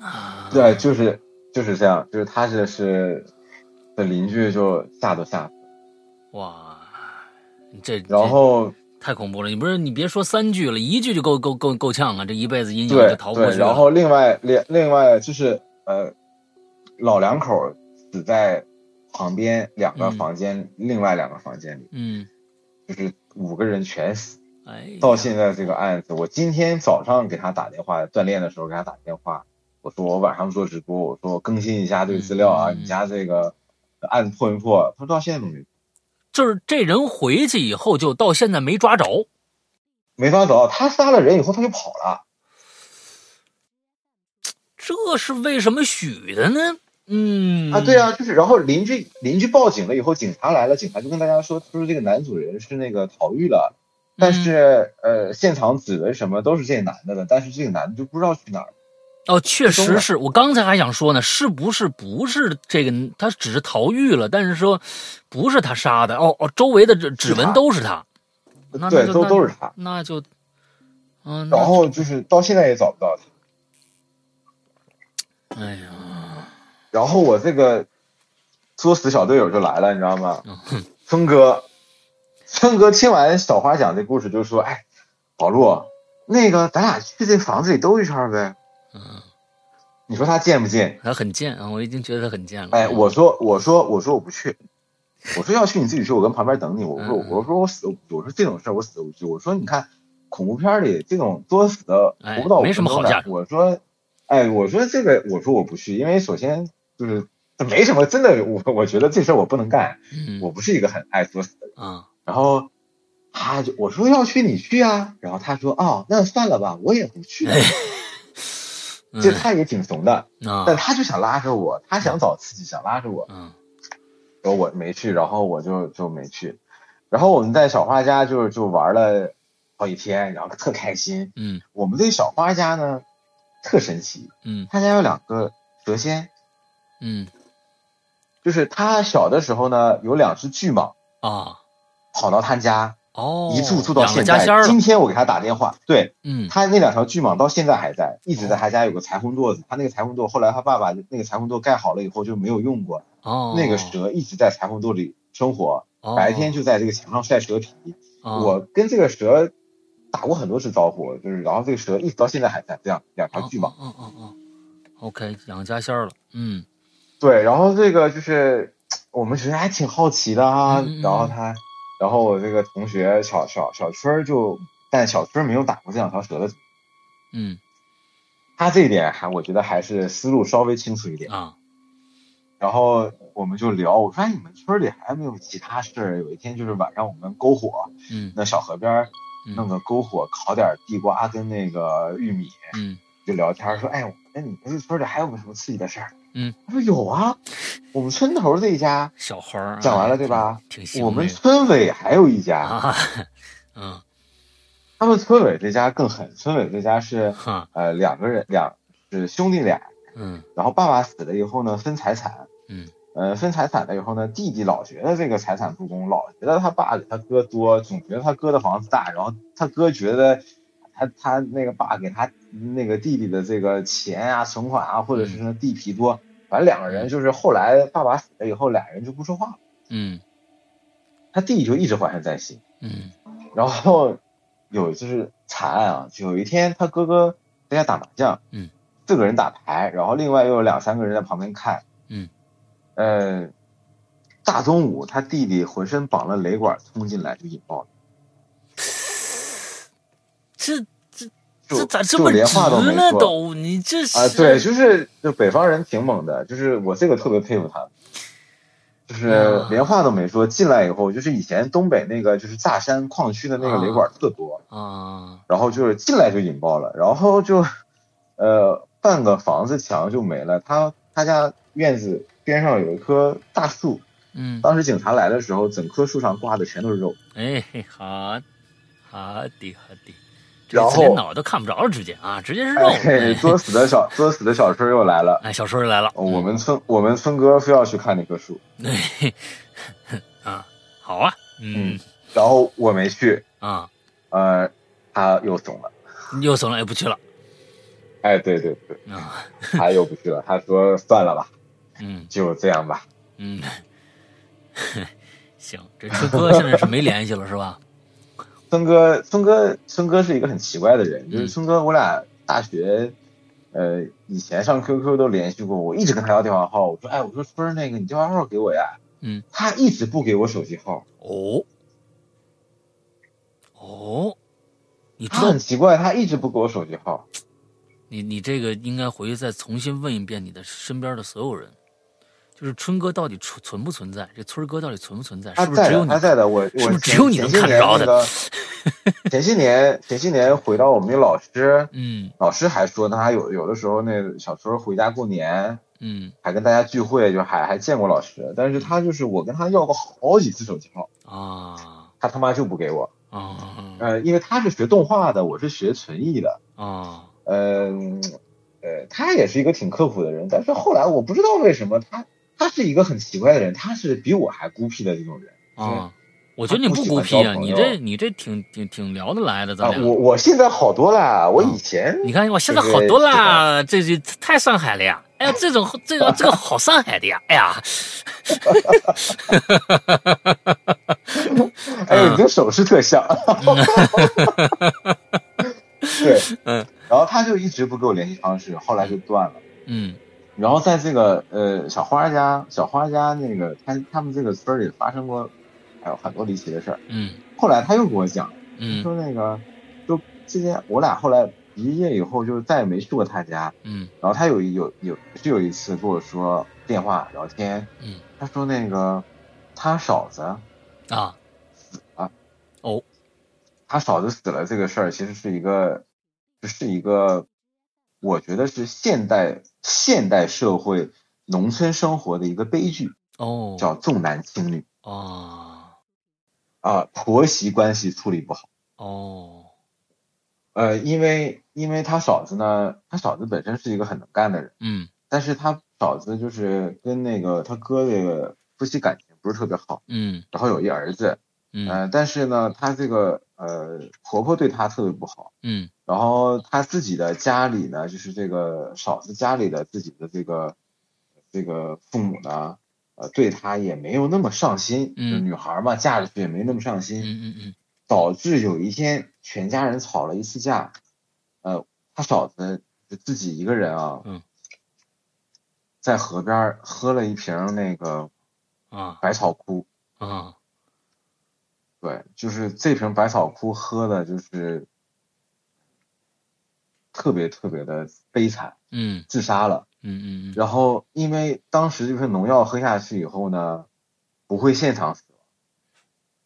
S1: 啊
S2: 对，就是就是这样，就是他这是的邻居就吓都吓，
S1: 哇这这
S2: 然后
S1: 太恐怖了，你不是你别说三句了，一句就够够够够呛啊，这一辈子阴影
S2: 对
S1: 就逃不过
S2: 对，
S1: 去
S2: 然
S1: 了
S2: 后另外另另外就是呃，老两口死在呃旁边两个
S1: 嗯
S2: 房间，另外两个房间里，
S1: 嗯
S2: 就是五个人全死。
S1: 哎呀
S2: 到现在这个案子，我今天早上给他打电话，锻炼的时候给他打电话，我说我晚上做直播，我说我更新一下这个资料啊，
S1: 嗯嗯
S2: 你家这个案子破没破？他说到现在都没
S1: 就是这人回去以后就到现在没抓着，
S2: 没抓着，他杀了人以后他就跑了。
S1: 这是为什么许的呢？嗯
S2: 啊，对，啊，就是然后邻居邻居报警了以后，警察来了，警察就跟大家说，他说这个男主人是那个逃狱
S1: 嗯
S2: 了，但是、呃，现场指纹什么都是这男的的，但是这个男的就不知道去哪儿了。
S1: 哦，确
S2: 中
S1: 实
S2: 了
S1: 是我刚才还想说呢，是不是不是这个他只是逃狱了，但是说不是他杀的，哦哦，周围的指指
S2: 是
S1: 纹
S2: 他
S1: 都是他，那
S2: 对
S1: 那，就
S2: 都
S1: 那
S2: 都是他。
S1: 那就嗯，那
S2: 然后就是到现在也找不到他。
S1: 哎呀，
S2: 然后我这个作死小队友就来了，你知道吗
S1: 嗯？
S2: 峰哥，峰哥听完小花讲这故事就说：“哎，老陆，那个咱俩去这房子里兜一圈呗。”
S1: 嗯，
S2: 你说他贱不贱？
S1: 他很贱啊，我已经觉得他很贱了。
S2: 哎，我说我说我说我不去，我说要去你自己去，我跟旁边等你。我说
S1: 嗯嗯
S2: 我说我死都不去，我说这种事儿我死都不去。我说你看恐怖片里这种作死的
S1: 哎
S2: 活不到五
S1: 没
S2: 分
S1: 什么
S2: 钟
S1: 好价
S2: 的，
S1: 值
S2: 我说，哎，我说这个我说我不去，因为首先就是没什么，真的我我觉得这事儿我不能干，
S1: 嗯
S2: 我不是一个很爱作死的人。
S1: 啊
S2: 然后他就我说要去你去啊，然后他说哦那算了吧，我也不去。就他也挺怂的，
S1: 哎嗯啊，
S2: 但他就想拉着我，他想找刺激，想拉着我，
S1: 嗯
S2: 然后我没去，然后我就就没去，然后我们在小花家就就玩了好几天，然后特开心。
S1: 嗯
S2: 我们这小花家呢特神奇，
S1: 嗯
S2: 他家有两个蛇仙，
S1: 嗯
S2: 就是他小的时候呢有两只巨蟒
S1: 啊，
S2: 跑到他家，
S1: 哦，
S2: 一住住到
S1: 养了
S2: 现
S1: 家
S2: 在
S1: 仙。儿了，
S2: 今天我给他打电话，对，
S1: 嗯
S2: 他那两条巨蟒到现在还在，一直在他家有个裁缝垛子。他那个裁缝垛后来他爸爸那个裁缝垛盖好了以后就没有用过，
S1: 哦，
S2: 那个蛇一直在裁缝垛里生活，白天就在这个墙上晒蛇皮。
S1: 哦
S2: 我跟这个蛇打过很多次招呼，就是然后这个蛇一直到现在还在，这样两条巨蟒。
S1: 哦哦哦，OK，养家仙儿了，嗯
S2: 对，然后这个就是我们觉得还挺好奇的啊，
S1: 嗯嗯嗯
S2: 然后他，然后我这个同学小小小春儿就，但小春儿没有打过这两条蛇的，
S1: 嗯
S2: 他这一点还我觉得还是思路稍微清楚一点。
S1: 啊
S2: 然后我们就聊，我说哎，你们村里还没有其他事儿？有一天就是晚上我们篝火，
S1: 嗯
S2: 那小河边儿
S1: 嗯
S2: 弄个篝火，烤点地瓜跟那个玉米，
S1: 嗯
S2: 就聊天儿说，哎，那你们这村里还有没有什么刺激的事儿？
S1: 嗯，
S2: 他说有啊，我们村头这一家，
S1: 小花儿啊
S2: 讲完了对吧？
S1: 挺挺
S2: 我们
S1: 行
S2: 村委还有一
S1: 为
S2: 家，
S1: 啊，嗯
S2: 他们村委这家更狠，村委这家是
S1: 哈
S2: 呃两个人两是兄弟俩，
S1: 嗯
S2: 然后爸爸死了以后呢，分财产。
S1: 嗯，
S2: 呃，分财产了以后呢，弟弟老觉得这个财产不公，老觉得他爸给他哥多，总觉得他哥的房子大，然后他哥觉得他他那个爸给他那个弟弟的这个钱啊、存款啊，或者是那地皮多，反正两个人就是后来爸爸死了以后，俩人就不说话了，
S1: 嗯
S2: 他弟弟就一直怀恨在心。
S1: 嗯
S2: 然后 有就是惨案啊，就有一天他哥哥在家打麻将，
S1: 嗯，
S2: 四个人打牌，然后另外又有两三个人在旁边看，
S1: 嗯，
S2: 呃，大中午他弟弟浑身绑了雷管冲进来就引爆了，
S1: 这这
S2: 就
S1: 这咋这
S2: 就
S1: 么直
S2: 连话都没
S1: 呢？
S2: 说
S1: 都你这是
S2: 啊、对，就是就北方人挺猛的，就是我这个特别佩服他们。就是
S1: 啊
S2: 连话都没说，进来以后，就是以前东北那个就是炸山矿区的那个雷管特多，
S1: 啊
S2: 然后就是进来就引爆了，然后就，呃，半个房子墙就没了。他他家院子边上有一棵大树，
S1: 嗯
S2: 当时警察来的时候，整棵树上挂的全都是肉。
S1: 哎嘿好好的好的，这
S2: 然
S1: 次连
S2: 后
S1: 脑都看不着了，直接啊直接是肉
S2: 哎，作死的小作死的小春又来了。哦
S1: 哎小春儿来了，
S2: 我们村我们村哥非要去看那棵树，
S1: 哎 啊好啊嗯
S2: 然后我没去，
S1: 啊
S2: 呃，他又怂了。
S1: 又怂了哎不去了
S2: 哎，对对对，
S1: 啊
S2: 他又不去了，他说算了吧，
S1: 嗯。
S2: 就这样吧。
S1: 嗯， 行，这春哥现在是没联系了是吧？
S2: 孙哥，孙哥，孙哥是一个很奇怪的人，就是
S1: 嗯
S2: 孙哥，我俩大学，呃，以前上 QQ 都联系过，我一直跟他要电话号，我说，哎，我说春儿那个，你电话号给我呀，
S1: 嗯，
S2: 他一直不给我手机号，
S1: 哦，哦，你知
S2: 他
S1: 道
S2: 很奇怪，他一直不给我手机号，
S1: 你你这个应该回去再重新问一遍你的身边的所有人，就是春哥到底存存不存在？这春哥到底存不存在？
S2: 他
S1: 是不是
S2: 在
S1: 只有
S2: 的，
S1: 你
S2: 他？在的，我
S1: 是
S2: 我
S1: 不是只有你能
S2: 前些
S1: 看
S2: 年
S1: 着
S2: 那个， 前些年前些年回到我们那老师，
S1: 嗯
S2: 老师还说呢，他有有的时候那小时候回家过年。
S1: 嗯
S2: 还跟大家聚会，就还还见过老师，但是他就是我跟他要过好几次手机号，
S1: 啊
S2: 他他妈就不给我。
S1: 啊
S2: 呃，因为他是学动画的，我是学纯艺的。
S1: 啊！
S2: 呃，呃，他也是一个挺刻苦的人，但是后来我不知道为什么他他是一个很奇怪的人，他是比我还孤僻的这种人。
S1: 啊！我觉得你
S2: 嗯他不
S1: 不
S2: 喜
S1: 孤
S2: 欢
S1: 僻
S2: 交
S1: 啊，
S2: 朋
S1: 你
S2: 友
S1: 这你这挺挺挺聊得来的，咱
S2: 啊，
S1: 俩。
S2: 我我现在好多啦，我以前
S1: 嗯你看我现在好多啦，这就太上海了呀！哎呀，这种这个这个好上海的呀！哎呀，
S2: 哎呦，你这手势特像。 对，
S1: 嗯，
S2: 然后他就一直不给我联系方式，后来就断了。
S1: 嗯
S2: 然后在这个呃小花家，小花家那个他他们这个村儿里发生过，还有很多离奇的事儿。
S1: 嗯
S2: 后来他又给我讲，
S1: 嗯
S2: 说那个就这些，我俩后来毕业以后就再也没去过他家。
S1: 嗯
S2: 然后他有一有有是有一次跟我说电话聊天，
S1: 嗯
S2: 他说那个他嫂子
S1: 啊
S2: 他嫂子死了这个事儿，其实是一个就是一个我觉得是现代现代社会农村生活的一个悲剧，
S1: 哦
S2: 叫重男轻女
S1: 啊
S2: 啊，婆媳关系处理不好。
S1: 哦
S2: 呃，因为因为他嫂子呢，他嫂子本身是一个很能干的人，
S1: 嗯
S2: 但是他嫂子就是跟那个他哥这个夫妻感情不是特别好，
S1: 嗯
S2: 然后有一儿子，
S1: 嗯
S2: 呃，但是呢，她这个呃婆婆对她特别不好，
S1: 嗯
S2: 然后她自己的家里呢，就是这个嫂子家里的自己的这个这个父母呢，呃，对她也没有那么上心，
S1: 嗯
S2: 就女孩嘛，嫁出去也没那么上心，
S1: 嗯嗯嗯
S2: 导致有一天全家人吵了一次架，呃，他嫂子就自己一个人啊，
S1: 嗯
S2: 在河边儿喝了一瓶那个
S1: 啊
S2: 百草枯，
S1: 啊
S2: 对，就是这瓶百草枯喝的就是特别特别的悲惨，
S1: 嗯
S2: 自杀了。
S1: 嗯嗯嗯
S2: 然后因为当时就是农药喝下去以后呢，不会现场死，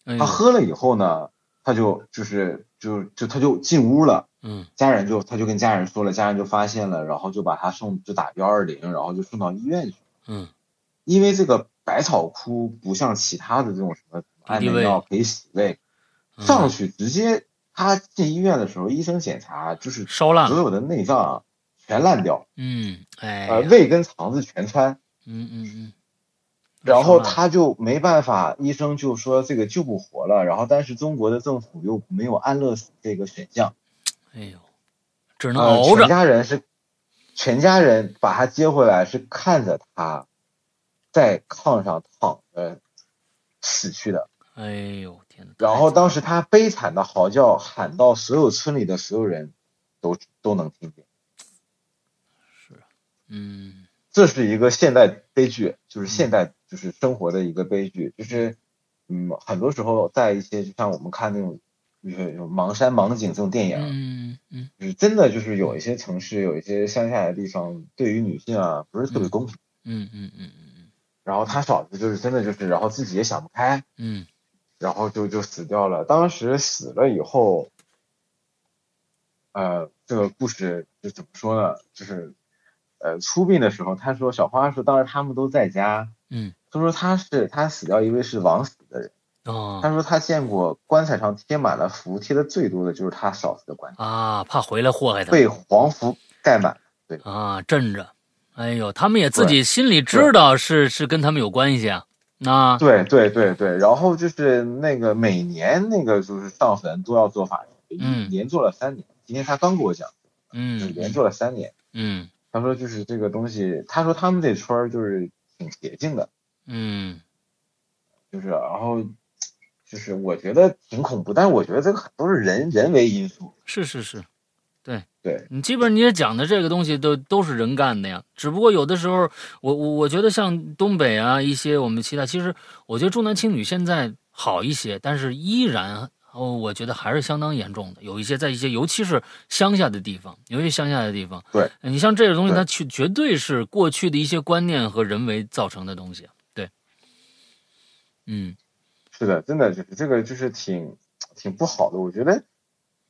S1: 哎呦
S2: 他喝了以后呢，他就就是就就他就进屋了。
S1: 嗯
S2: 家人就他就跟家人说了，家人就发现了，然后就把他送就打幺二零，然后就送到医院去。
S1: 嗯
S2: 因为这个百草枯不像其他的这种什么安眠药可以洗胃，
S1: 嗯
S2: 上去直接他进医院的时候，医生检查就是
S1: 烧烂
S2: 所
S1: 了
S2: 有的内脏啊全烂掉，
S1: 嗯哎
S2: 呃，
S1: 呀
S2: 胃跟肠子全穿，
S1: 嗯嗯嗯，
S2: 然
S1: 烧
S2: 后
S1: 烂了
S2: 他就没办法，医生就说这个救不活了。然后但是中国的政府又没有安乐死这个选项，
S1: 哎呦，只能
S2: 呃，
S1: 熬
S2: 全
S1: 着
S2: 家人是，全家人把他接回来是看着他在炕上躺着死去的。
S1: 哎呦天哪，
S2: 然后当时他悲惨的嚎叫喊到所有村里的所有人都都能听见。
S1: 啊嗯
S2: 这是一个现代悲剧，就是现代就是生活的一个悲剧，就是嗯，很多时候在一些就像我们看那种。就是盲山盲井这种电影，
S1: 嗯嗯
S2: 就是真的就是有一些城市，有一些乡下的地方，对于女性啊不是特别公平。
S1: 嗯嗯嗯嗯
S2: 然后他嫂子就是真的就是，然后自己也想不开，
S1: 嗯
S2: 然后就就死掉了。当时死了以后，呃，这个故事就怎么说呢？就是呃，出殡的时候，他说小花说，当时他们都在家，
S1: 嗯
S2: 他说他是他死掉一位是枉死的人，
S1: 嗯
S2: 他
S1: 哦
S2: 说他见过棺材上贴满了符，贴的最多的就是他嫂子的棺材，
S1: 啊，怕回来祸害他
S2: 被黄符盖满。
S1: 啊，镇着。哎呦，他们也自己心里知道是是跟他们有关系啊。 那
S2: 对对对对，然后就是那个每年那个就是上坟都要做法事，
S1: 嗯
S2: 连做了三年。今天他刚给我讲，就是
S1: 嗯
S2: 连做了三年。
S1: 嗯
S2: 他说就是这个东西，他说他们这村儿就是挺邪性的，
S1: 嗯
S2: 就是然后就是我觉得挺恐怖，但是我觉得这个很都是人人为因素。
S1: 是是是，
S2: 对，
S1: 你基本上你也讲的这个东西都都是人干的呀，只不过有的时候，我我我觉得像东北啊一些我们其他，其实我觉得重男轻女现在好一些，但是依然哦，我觉得还是相当严重的。有一些在一些，尤其是乡下的地方，尤其乡下的地方，
S2: 对
S1: 你像这个东西，
S2: 对
S1: 它去绝对是过去的一些观念和人为造成的东西。对，嗯
S2: 是的，真的就是这个就是挺挺不好的。我觉得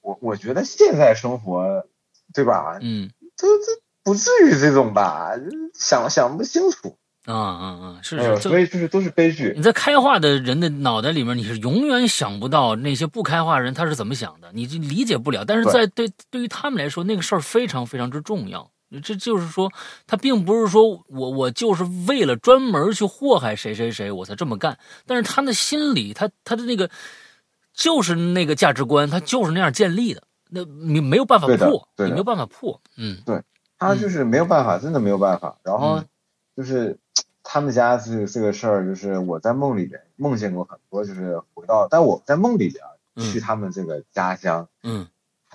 S2: 我我觉得现在生活，对吧？
S1: 嗯
S2: 这这不至于这种吧？想想不清楚。
S1: 啊啊啊，是
S2: 嗯，
S1: 是，这嗯
S2: 所以就是都是悲剧。
S1: 你在开化的人的脑袋里面，你是永远想不到那些不开化人他是怎么想的，你就理解不了。但是在对对于他们来说，那个事儿非常非常之重要。这就是说，他并不是说我我就是为了专门去祸害谁谁谁我才这么干，但是他的心理，他他的那个就是那个价值观，他就是那样建立的，那你没有办法
S2: 对的
S1: 破，
S2: 对的
S1: 你没有办法破，嗯
S2: 他就是没有办法，真的没有办法。然后
S1: 嗯
S2: 就是他们家这个这个事儿，就是我在梦里边梦见过很多，就是回到，但我在梦里边啊
S1: 嗯
S2: 去他们这个家乡，
S1: 嗯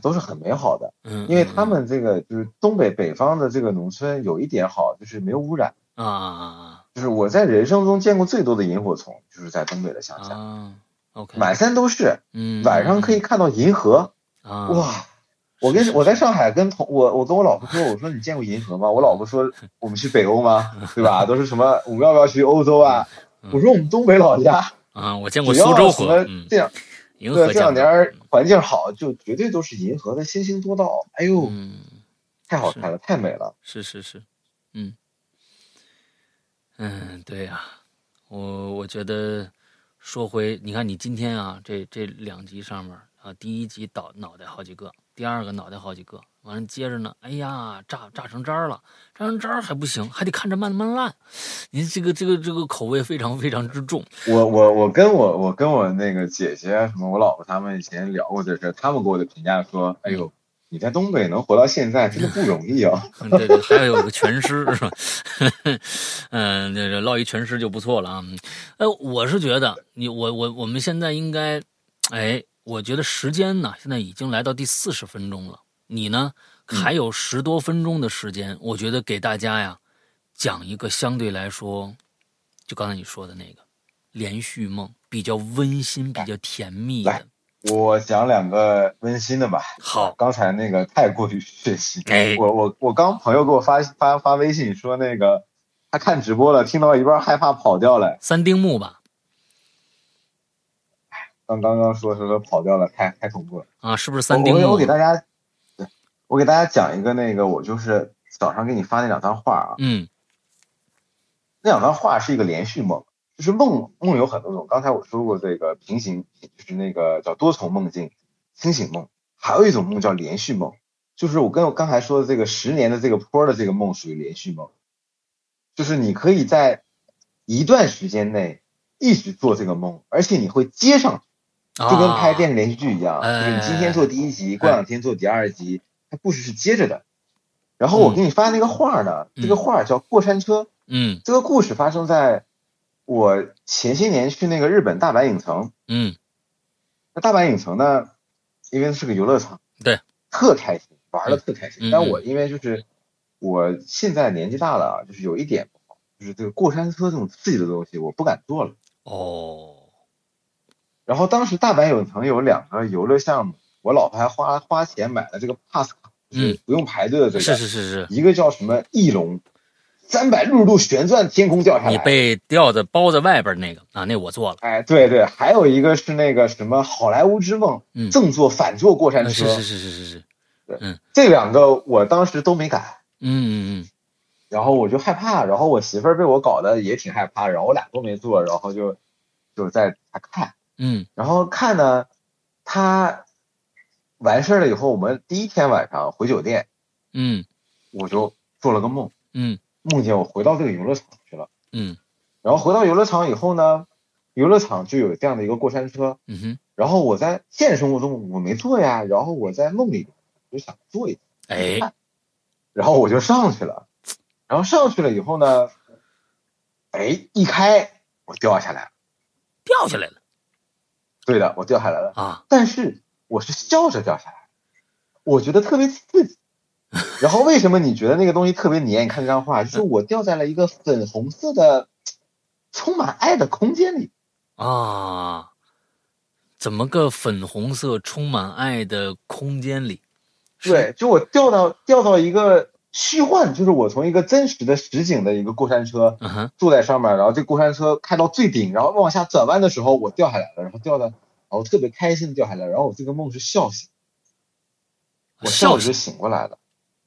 S2: 都是很美好的，
S1: 嗯，
S2: 因为他们这个就是东北北方的这个农村有一点好，就是没有污染。
S1: 啊啊
S2: 就是我在人生中见过最多的萤火虫，就是在东北的
S1: 啊
S2: 乡下，
S1: 啊，OK，
S2: 满山都是，
S1: 嗯，
S2: 晚上可以看到银河，
S1: 啊，
S2: 哇！我
S1: 是
S2: 跟
S1: 是
S2: 我在上海跟同我我跟我老婆说，我说你见过银河吗？我老婆说我们去北欧吗？对 吧？都是什么我们要不要去欧洲啊
S1: 嗯？
S2: 我说我们东北老家，
S1: 啊，我见过
S2: 只
S1: 苏州
S2: 要什
S1: 河，
S2: 么
S1: 嗯，
S2: 这样
S1: 银河
S2: 对这
S1: 见过嗯
S2: 两年环境好，就绝对都是银河的星星多到，哎呦，
S1: 嗯，
S2: 太好看了，太美了。
S1: 是是是，嗯，嗯，对呀、我我觉得说回，你看你今天啊，这这两集上面啊，第一集倒脑袋好几个，第二个脑袋好几个，完了接着呢，哎呀，炸炸成渣儿了，炸成渣儿还不行，还得看着慢慢烂，您这个这个这个口味非常非常之重，
S2: 我我我跟我我跟我那个姐姐啊什么我老婆他们以前聊过这事儿，他们给我的评价说，哎呦，你在东北能活到现在真的不容 易啊。
S1: 嗯对对，还有个全尸是吧？ 嗯，这这落一全尸就不错了啊。嗯哎，我是觉得你我我我们现在应该，哎，我觉得时间呢现在已经来到第四十分钟了，你呢
S2: 嗯
S1: 还有十多分钟的时间，我觉得给大家呀讲一个相对来说，就刚才你说的那个连续梦，比较温馨、比较甜蜜的
S2: 哎来。我讲两个温馨的吧。
S1: 好，
S2: 刚才那个太过于血腥。
S1: 哦哎
S2: 我我我刚朋友给我发发发微信说那个他看直播了，听到一半害怕跑掉了。
S1: 三丁目吧，
S2: 刚刚刚说说说跑掉了，太太恐怖了。
S1: 啊，是不是三丁
S2: 我我我
S1: 目
S2: 给？大家，对我给大家讲一个那个我就是早上给你发那两张画啊，
S1: 嗯
S2: 那两张画是一个连续梦，就是梦梦有很多种。刚才我说过这个平行，就是那个叫多重梦境、清醒梦，还有一种梦叫连续梦，就是我跟我刚才说的这个十年的这个坡的这个梦属于连续梦，就是你可以在一段时间内一直做这个梦，而且你会接上
S1: 啊，
S2: 就跟拍电视连续剧一样，
S1: 哎
S2: 就是你今天做第一集，过两天做第二集，它故事是接着的。然后我给你发那个画呢，
S1: 嗯
S2: 这个画叫《过山车》，
S1: 嗯
S2: 这个故事发生在我前些年去那个日本大阪影城。
S1: 嗯
S2: 那大阪影城呢，因为它是个游乐场，
S1: 对，
S2: 特开心，玩的特开
S1: 嗯
S2: 心。
S1: 嗯
S2: 但我因为就是我现在年纪大了啊，就是有一点不好，就是这个过山车这种刺激的东西我不敢做了。
S1: 哦，
S2: 然后当时大阪影城有两个游乐项目，我老婆还花花钱买了这个 pass 卡，就是不用排队的这个，
S1: 嗯是是是是。
S2: 一个叫什么翼龙，三百六十度旋转天空掉下
S1: 你
S2: 来。
S1: 被吊在包在外边那个啊，那我做了。
S2: 哎，对对，还有一个是那个什么好莱坞之梦，
S1: 嗯
S2: 正坐反坐过山
S1: 呃
S2: 车，
S1: 是是是是是是，
S2: 这两个我当时都没敢，
S1: 嗯嗯
S2: 然后我就害怕，然后我媳妇儿被我搞得也挺害怕，然后我俩都没做，然后就就在看，
S1: 嗯
S2: 然后看呢，他完事儿了以后，我们第一天晚上回酒店，
S1: 嗯
S2: 我就做了个梦，
S1: 嗯
S2: 梦见我回到这个游乐场去了。
S1: 嗯
S2: 然后回到游乐场以后呢，游乐场就有这样的一个过山车。
S1: 嗯哼，
S2: 然后我在现实生活中我没坐呀，然后我在梦里就想坐一下，
S1: 哎，
S2: 嗯然后我就上去了。然后上去了以后呢，哎，一开我掉下来了，
S1: 掉下来了
S2: 对的，我掉下来了。
S1: 啊！
S2: 但是我是笑着掉下来，我觉得特别刺激。然后为什么你觉得那个东西特别黏？你看这张画，就是我掉在了一个粉红色的、充满爱的空间里。
S1: 啊，怎么个粉红色充满爱的空间里？是
S2: 对，就我掉到掉到一个虚幻，就是我从一个真实的实景的一个过山车
S1: 嗯哼，
S2: 坐在上面，然后这过山车开到最顶，然后往下转弯的时候我掉下来了，然后掉的，然后特别开心的掉下来，然后我这个梦是笑醒，我
S1: 笑
S2: 笑
S1: 死
S2: 着醒过来了，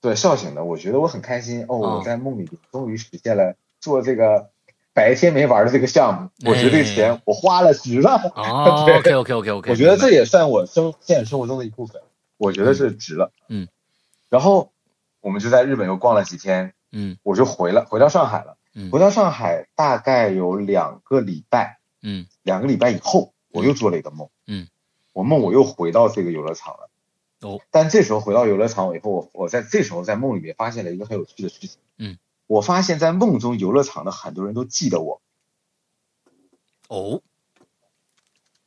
S2: 对，笑醒的，我觉得我很开心哦，
S1: 哦
S2: 我在梦里终于实现了做这个白天没玩的这个项目，我觉得这个钱我花了值了，
S1: 哦
S2: 对
S1: ，OK OK OK OK，
S2: 我觉得这也算我生现实生活中的一部分，我觉得是值了。
S1: 嗯嗯，
S2: 然后我们就在日本又逛了几天，
S1: 嗯
S2: 我就回了，回到上海了。
S1: 嗯
S2: 回到上海大概有两个礼拜，
S1: 嗯
S2: 两个礼拜以后，我又做了一个梦。
S1: 嗯，
S2: 我梦我又回到这个游乐场了。
S1: 哦，
S2: 但这时候回到游乐场以后，我我在这时候在梦里面发现了一个很有趣的事情。
S1: 嗯，
S2: 我发现在梦中游乐场的很多人都记得我，
S1: 哦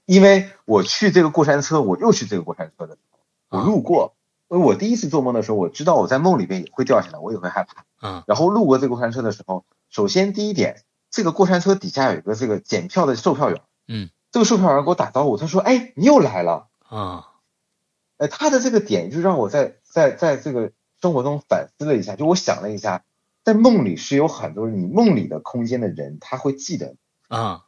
S2: 因为我去这个过山车，我又去这个过山车的时候，我
S1: 啊
S2: 路过，因为我第一次做梦的时候，我知道我在梦里面也会掉下来，我也会害怕。
S1: 啊
S2: 然后路过这个过山车的时候，首先第一点，这个过山车底下有一个这个检票的售票员，
S1: 嗯，
S2: 这个售票员给我打招呼，他说：“哎，你又来了。
S1: 啊”
S2: 哎，他的这个点就让我在在在这个生活中反思了一下，就我想了一下，在梦里是有很多你梦里的空间的人，他会记得你
S1: 啊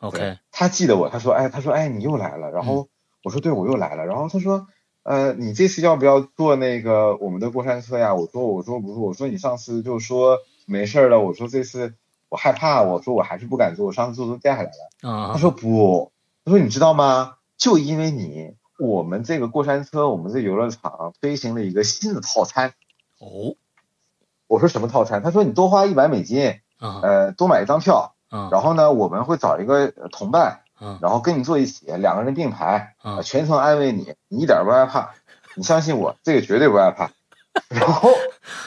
S1: ，OK，
S2: 他记得我，他说，哎，他说，哎，你又来了。然后我说，对，我又来了。然后他说，呃，你这次要不要坐那个我们的过山车呀？我说我说不是，我说你上次就说没事儿了，我说这次我害怕，我说我还是不敢坐，我上次坐都掉下来了。他
S1: 啊，
S2: 说不，他说你知道吗？就因为你，我们这个过山车，我们这游乐场推行了一个新的套餐。
S1: 哦，
S2: 我说什么套餐？他说你多花一百美金，
S1: 啊
S2: 呃，多买一张票，
S1: 啊
S2: 然后呢，我们会找一个呃同伴，
S1: 啊
S2: 然后跟你坐一起，两个人并排，
S1: 啊
S2: 呃全程安慰你，你一点儿不害怕，你相信我，这个绝对不害 怕。然后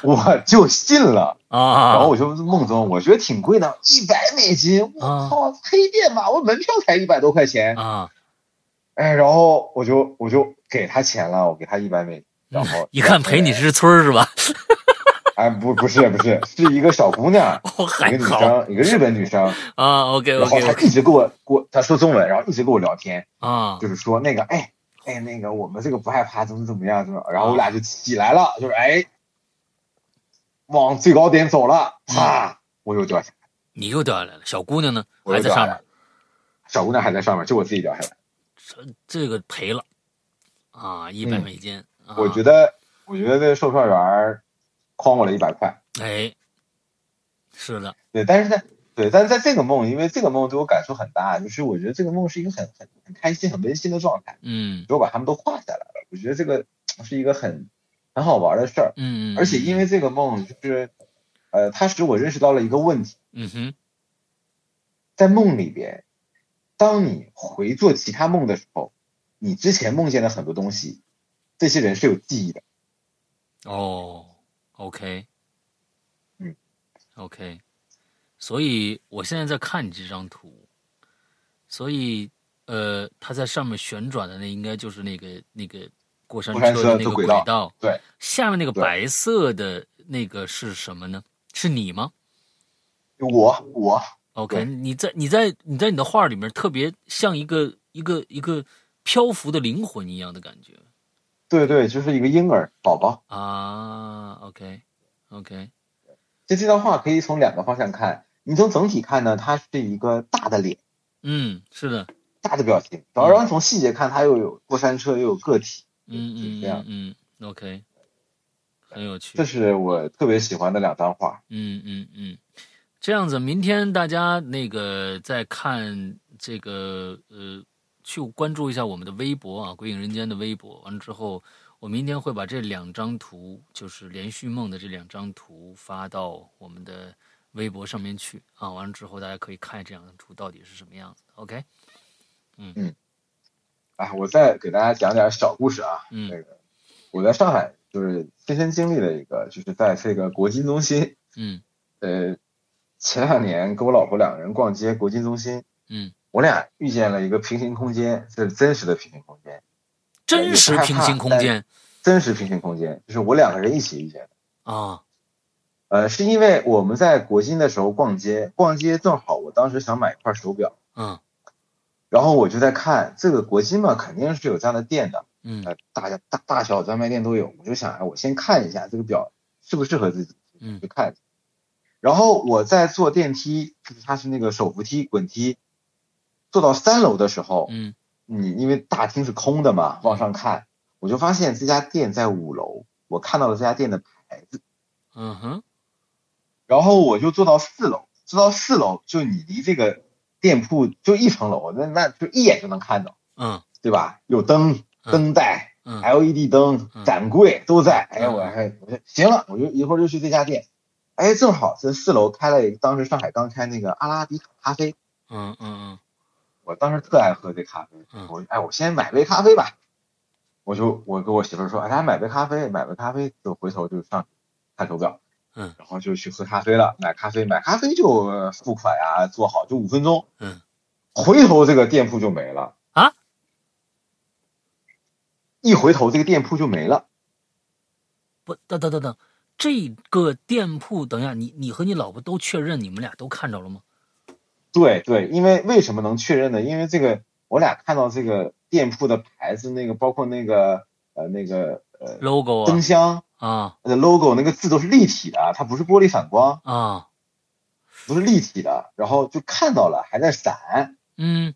S2: 我就信了，
S1: 啊！
S2: 然后我就梦中，我觉得挺贵的，一百美金，我
S1: 啊
S2: 操，黑店吧，我门票才一百多块钱，
S1: 啊，
S2: 哎，然后我就我就给他钱了，我给他一百美金，然后
S1: 一看陪你是村儿是吧？
S2: 哎，不不是不是，是一个小 姑娘，
S1: 哦，
S2: 一
S1: 还
S2: 个女
S1: 好
S2: 生，一个日本 女生，
S1: 啊，OK
S2: 然后
S1: OK
S2: 她一直跟我跟我她说中文，然后一直跟我聊天，
S1: 啊
S2: 就是说那个哎哎那个我们这个不害怕，怎么怎么样，怎么，然
S1: 啊
S2: 后我俩就起来了，就是哎，往最高点走了，
S1: 嗯
S2: 啪，我又掉下来，
S1: 你又掉下来了，小姑娘呢
S2: 我
S1: 还
S2: 又
S1: 在
S2: 掉下
S1: 上
S2: 来
S1: 面
S2: 了，，小姑娘还在上面，就我自己掉下来了。嗯
S1: 这个赔了啊，一百美金。啊
S2: 我觉得，我觉得这售票员儿诓我了一百块。
S1: 哎，是的，
S2: 对，但是在对，但是在这个梦，因为这个梦对我感触很大，就是我觉得这个梦是一个很很很开心、很温馨的状态，
S1: 嗯
S2: 给我把他们都画下来了。我觉得这个是一个很很好玩的事儿，
S1: 嗯，嗯
S2: 而且因为这个梦，就是呃，它使我认识到了一个问题，
S1: 嗯哼
S2: 在梦里边，当你回做其他梦的时候，你之前梦见的很多东西，这些人是有记忆的。
S1: 哦，OK，
S2: 嗯
S1: ，OK，所以我现在在看你这张图，所以呃，它在上面旋转的那应该就是那个那个过山
S2: 过山
S1: 车
S2: 车
S1: 的那
S2: 的
S1: 个
S2: 轨道
S1: 道，
S2: 对，
S1: 下面那个
S2: 对
S1: 白色的那个是什么呢？是你吗
S2: 我我
S1: ？OK，
S2: 对
S1: 你在你在你在你的画里面特别像一个一个一个漂浮的灵魂一样的感觉
S2: 对对，就是一个婴儿宝宝。
S1: 啊，OK OK，
S2: 这这张画可以从两个方向看，你从整体看呢，它是一个大的脸，
S1: 嗯，是的，
S2: 大的表情，然后然后从细节看，它又有过山车，又有个体，
S1: 嗯
S2: 就是
S1: 嗯
S2: 这样。
S1: 嗯嗯，OK，很有趣
S2: 这。是我特别喜欢的两张画。
S1: 嗯嗯嗯，这样子，明天大家那个再看这个呃，去关注一下我们的微博啊，《鬼影人间》的微博。完了之后，我明天会把这两张图，就是连续梦的这两张图发到我们的微博上面去啊。完了之后，大家可以看这两张图到底是什么样子。OK，
S2: 哎，我再给大家讲点小故事啊。
S1: 嗯
S2: 那个我在上海就是亲身经历了一个，就是在这个国金中心，
S1: 嗯
S2: 呃，前两年跟我老婆两个人逛街，国金中心，
S1: 嗯，
S2: 我俩遇见了一个平行空间，这是真实的平行空间，
S1: 真实平行空间
S2: 真实平行空间，就是我两个人一起遇见的。
S1: 啊，
S2: 呃，是因为我们在国金的时候逛街，逛街正好我当时想买一块手表，
S1: 嗯
S2: 然后我就在看这个国金嘛，肯定是有这样的店的，
S1: 嗯
S2: 呃，大家大大小专卖店都有。我就想，哎，我先看一下这个表适不适合自己，
S1: 嗯
S2: 就看。然后我在坐电梯，就是它是那个手扶梯、滚梯，坐到三楼的时候，
S1: 嗯，
S2: 你因为大厅是空的嘛，往上看，我就发现这家店在五楼，我看到了这家店的牌子。
S1: 嗯哼，
S2: 然后我就坐到四楼，坐到四楼就你离这个店铺就一层楼，那那就一眼就能看到，
S1: 嗯
S2: 对吧？有灯、
S1: 嗯
S2: 灯带、
S1: 嗯
S2: LED E 灯
S1: 嗯、
S2: 展柜都在。哎，
S1: 嗯
S2: 我还我就行了，我就一会儿就去这家店。哎，正好这四楼开了一个，当时上海刚开那个阿拉比卡咖啡，
S1: 嗯嗯嗯
S2: 我当时特爱喝这咖啡
S1: 嗯。
S2: 我哎，我先买杯咖啡吧。我就我跟我媳妇儿说，哎，咱买杯咖啡，买杯咖啡，就回头就上去看手表。
S1: 嗯，
S2: 然后就去喝咖啡了，买咖啡，买咖啡就呃付款啊，做好就五分钟。
S1: 嗯，
S2: 回头这个店铺就没了
S1: 啊！
S2: 一回头这个店铺就没了。
S1: 不，等等等等，这个店铺，等一下，你你和你老婆都确认你们俩都看着了吗？
S2: 对对，因为为什么能确认呢？因为这个我俩看到这个店铺的牌子，那个包括那个呃那个呃
S1: logo
S2: 灯箱
S1: 啊
S2: 的 logo 那个字都是立体的，啊它不是玻璃反光，
S1: 啊啊，
S2: 不是立体的。然后就看到了还在闪，
S1: 嗯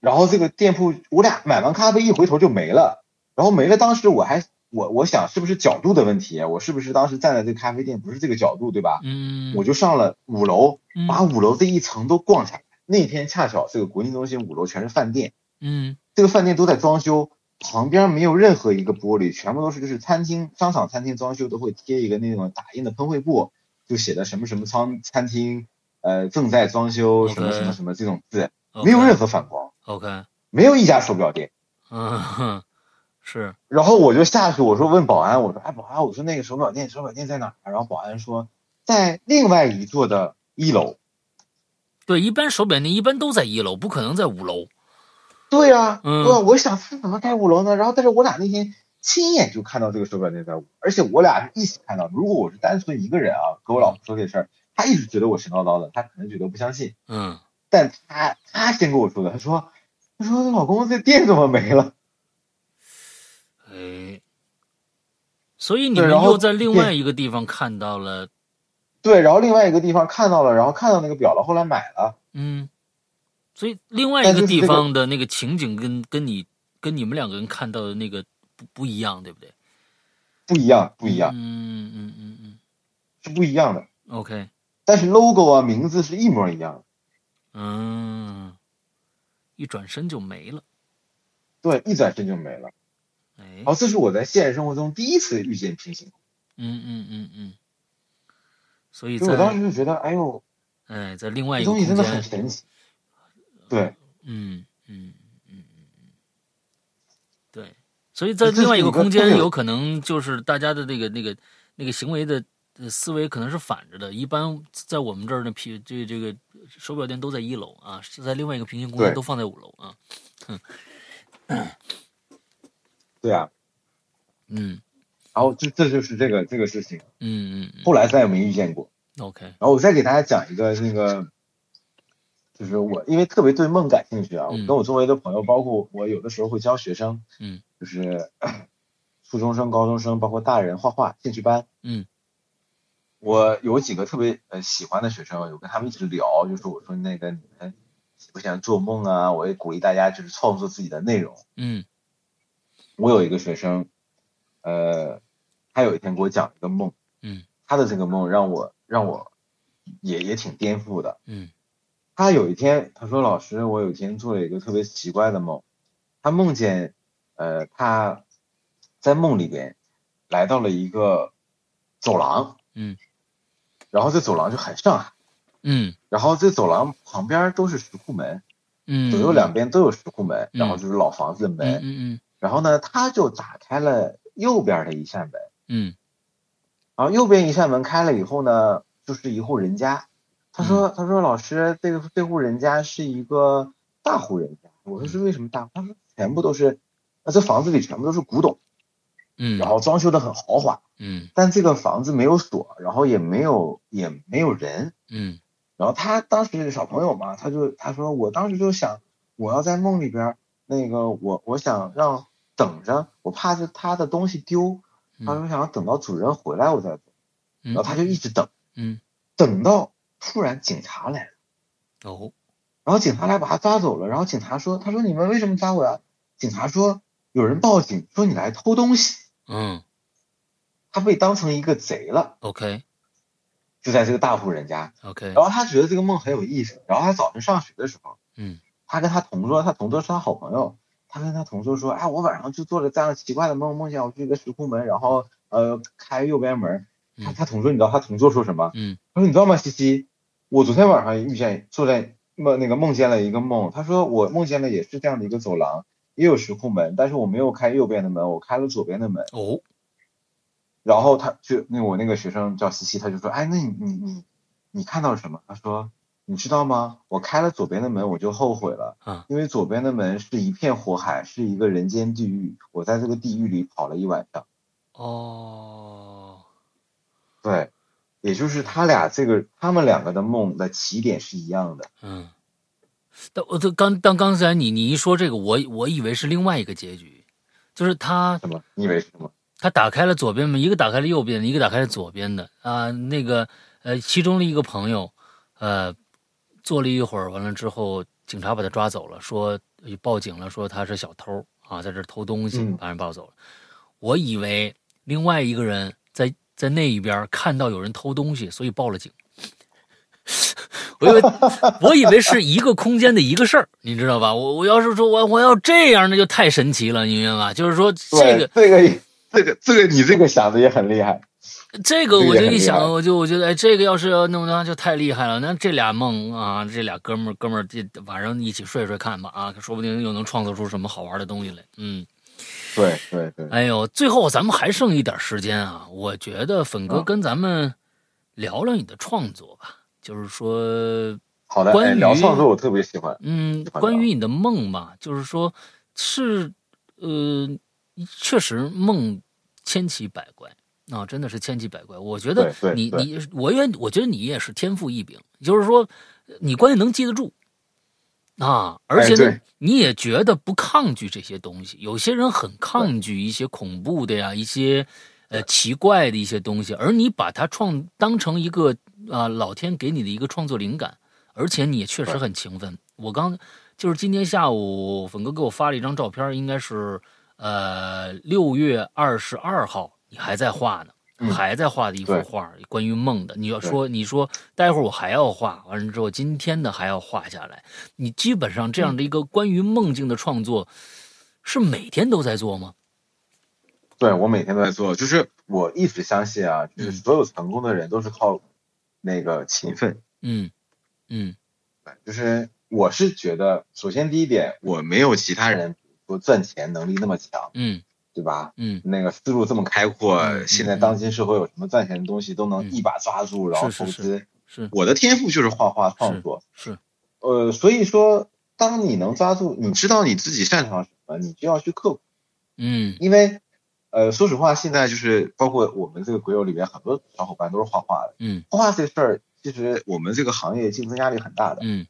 S2: 然后这个店铺我俩买完咖啡一回头就没了。然后没了，当时我还我我想是不是角度的问题，我是不是当时站在这个咖啡店不是这个角度，对吧？
S1: 嗯，
S2: 我就上了五楼，
S1: 嗯
S2: 把五楼这一层都逛下来。那天恰巧这个国际中心五楼全是饭店，
S1: 嗯
S2: 这个饭店都在装修，旁边没有任何一个玻璃，全部都是就是餐厅、商场、餐厅装修都会贴一个那种打印的喷绘布，就写的什么什么餐餐厅，呃正在装修
S1: OK
S2: 什么什么什么这种字，
S1: ，OK，
S2: 没有任何反光，
S1: OK，
S2: 没有一家手表店。
S1: 嗯，哼是，
S2: 然后我就下去，我说问保安，我说哎保安，我说那个手表店手表店在哪儿？然后保安说在另外一座的一楼。
S1: 对，一般手表店一般都在一楼，不可能在五楼。
S2: 对呀、
S1: 嗯
S2: 我我想他怎么在五楼呢？然后但是我俩那天亲眼就看到这个手表店在五，而且我俩是一起看到的。如果我是单纯一个人啊，跟我老婆说这事儿，她一直觉得我神叨叨的，她可能觉得不相信，
S1: 嗯，
S2: 但她她先跟我说的，她说她说老公这店怎么没了？
S1: 哎，所以你
S2: 对
S1: 们
S2: 然后
S1: 又在另外一个地方看到了，
S2: 对，然后另外一个地方看到了，然后看到那个表了，后来买了。
S1: 嗯，所以另外一
S2: 但
S1: 个
S2: 就是这
S1: 地
S2: 个
S1: 方的那个情景跟跟你跟你们两个人看到的那个不不一样，对不对？
S2: 不一样，不一样，
S1: 嗯嗯嗯嗯
S2: 是不一样的。
S1: 嗯，OK，
S2: 但是 logo 啊，名字是一模一样的。
S1: 嗯，一转身就没了，
S2: 对，一转身就没了。
S1: 哎
S2: 然，后这是我在现实生活中第一次遇见平行空
S1: 嗯嗯嗯嗯，所以
S2: 间，就我当
S1: 在
S2: 时就觉得，哎呦，
S1: 哎在另外
S2: 这
S1: 一个
S2: 东西
S1: 空
S2: 真的很
S1: 间，
S2: 神奇。对，
S1: 嗯嗯嗯嗯嗯，对，所以在
S2: 这是
S1: 另外一个空
S2: 整个
S1: 间，
S2: 对
S1: 有可能就是大家的那个那个那个行为的呃思维可能是反着的。一般在我们这儿呢，皮这这个手表店都在一楼啊，是在另外一个平行空间
S2: 对
S1: 都放在五楼啊。
S2: 对啊。
S1: 嗯
S2: 然后这这就是这个这个事情，
S1: 嗯嗯
S2: 后来再也没遇见过。
S1: 嗯，OK，
S2: 然后我再给大家讲一个那个，就是我因为特别对梦感兴趣啊，我
S1: 嗯
S2: 跟我周围的朋友，包括我有的时候会教学生，
S1: 嗯，
S2: 就是 咳初中生、高中生，包括大人画画兴趣班，
S1: 嗯，
S2: 我有几个特别呃喜欢的学生，有跟他们一直聊，就是我说那个你们喜不喜欢做梦啊？我也鼓励大家就是创作自己的内容。
S1: 嗯
S2: 我有一个学生，呃，他有一天给我讲一个梦，
S1: 嗯
S2: 他的这个梦让我让我也也挺颠覆的。
S1: 嗯
S2: 他有一天，他说：“老师，我有一天做了一个特别奇怪的梦，他梦见，呃，他在梦里边来到了一个走廊，
S1: 嗯，
S2: 然后这走廊就很上海，
S1: 嗯
S2: 然后这走廊旁边都是石库门，
S1: 嗯，
S2: 左右两边都有石库门，
S1: 嗯
S2: 然后就是老房子的
S1: 嗯
S2: 门，
S1: 嗯
S2: 然后呢，他就打开了右边的一扇门，
S1: 嗯
S2: 然后右边一扇门开了以后呢，就是一户人家。他说：“他说老师，这个这户人家是一个大户人家。”我说：“是为什么大户？”他说：“全部都是，啊，这房子里全部都是古董，
S1: 嗯，
S2: 然后装修的很豪华，
S1: 嗯
S2: 但这个房子没有锁，然后也没有也没有人。
S1: 嗯
S2: 然后他当时小朋友嘛，他就他说我当时就想，我要在梦里边儿那个我我想让等着，我怕是他的东西丢，他说想要等到主人回来我再走。
S1: 嗯，
S2: 然后他就一直等。
S1: 嗯
S2: 等到突然警察来了，
S1: 哦
S2: 然后警察来把他抓走了，然后警察说：“他说你们为什么抓我呀？”警察说：“有人报警说你来偷东西，
S1: 嗯
S2: 他被当成一个贼了。
S1: ，OK ”
S2: 就在这个大户人家，
S1: OK，
S2: 然后他觉得这个梦很有意思。然后他早晨上学的时候，
S1: 嗯
S2: 他跟他同桌，他同桌是他好朋友，他跟他同桌说：“哎，我晚上就做了这样奇怪的梦，梦见我去一个石库门，然后呃开右边门。”他
S1: 嗯
S2: 他同桌，你知道他同桌说什么？
S1: 嗯
S2: 他说：“你知道吗，西西，我昨天晚上遇见坐在梦那个梦见了一个梦。他说我梦见了也是这样的一个走廊，也有石库门，但是我没有开右边的门，我开了左边的门。
S1: 哦
S2: 然后他就那我那个学生叫西西，他就说：哎，那你你你你看到了什么？他说你知道吗？我开了左边的门，我就后悔了
S1: 啊，
S2: 因为左边的门是一片火海，是一个人间地狱。我在这个地狱里跑了一晚上。
S1: 哦。
S2: 对，也就是他俩这个他们两个的梦的起点是一样的。”
S1: 嗯，但呃我这刚但刚才你你一说这个，我我以为是另外一个结局，就是他
S2: 什么？你以为是什么？
S1: 他打开了左边门，一个打开了右边的，一个打开了左边的啊、那个呃，其中的一个朋友呃，坐了一会儿，完了之后，警察把他抓走了，说报警了，说他是小偷啊、啊，在这儿偷东西，
S2: 嗯
S1: 把人抱走了。我以为另外一个人在在那一边看到有人偷东西，所以报了警。 我 以为我以为是一个空间的一个事儿，你知道吧？我我要是说我我要这样，那就太神奇了，你明白吧？就是说这个
S2: 对，这个这个这个你这个想的也很厉害，
S1: 这个我
S2: 这个
S1: 就
S2: 也很
S1: 一
S2: 厉害
S1: 想，我就我觉得，哎，这个要是要弄的话就太厉害了。那这俩梦啊，这俩哥们儿哥们儿，这晚上一起睡睡看吧啊，说不定又能创作出什么好玩的东西来。嗯，
S2: 对对对，
S1: 哎呦，最后咱们还剩一点时间啊，我觉得粉哥
S2: 嗯
S1: 跟咱们聊聊你的创作吧，就是说，
S2: 好的，
S1: 关
S2: 哎，
S1: 于
S2: 聊创作我特别喜欢，
S1: 嗯，
S2: 好的
S1: 关于你的梦吧，就是说，是，呃，确实梦千奇百怪啊，真的是千奇百怪。我觉得
S2: 对对
S1: 你
S2: 对
S1: 你我也我觉得你也是天赋异禀，就是说你关键能记得住啊，而且呢、
S2: 哎对
S1: 你也觉得不抗拒这些东西。有些人很抗拒一些恐怖的呀，一些呃奇怪的一些东西，而你把它创当成一个啊、老天给你的一个创作灵感，而且你也确实
S2: 对
S1: 很勤奋。我刚就是今天下午，粉哥给我发了一张照片，应该是呃六月二十二号，你还在画呢。
S2: 嗯
S1: 还在画的一幅
S2: 对
S1: 画，关于梦的。你要说，你说待会儿我还要画，完了之后今天的还要画下来。你基本上这样的一个关于梦境的创作，是每天都在做吗？
S2: 对我每天都在做，就是我一直相信啊，就是
S1: 嗯
S2: 所有成功的人都是靠那个勤奋，
S1: 嗯嗯
S2: 就是我是觉得，首先第一点，我没有其他人说赚钱能力那么强，
S1: 嗯
S2: 对吧？
S1: 嗯，
S2: 那个思路这么开阔，
S1: 嗯嗯嗯
S2: 现在当今社会有什么赚钱的东西都能一把抓住，然后
S1: 是
S2: 投
S1: 是
S2: 资。
S1: 是是
S2: 我的天赋就是画画创作，
S1: 是，
S2: 呃，所以说，当你能抓住，你知道你自己擅长什么，你就要去刻苦，
S1: 嗯
S2: 因为。呃，说实话，现在就是包括我们这个鬼友里面很多小伙伴都是画画的。
S1: 嗯
S2: 画画这事儿，其实我们这个行业竞争压力很大的。
S1: 嗯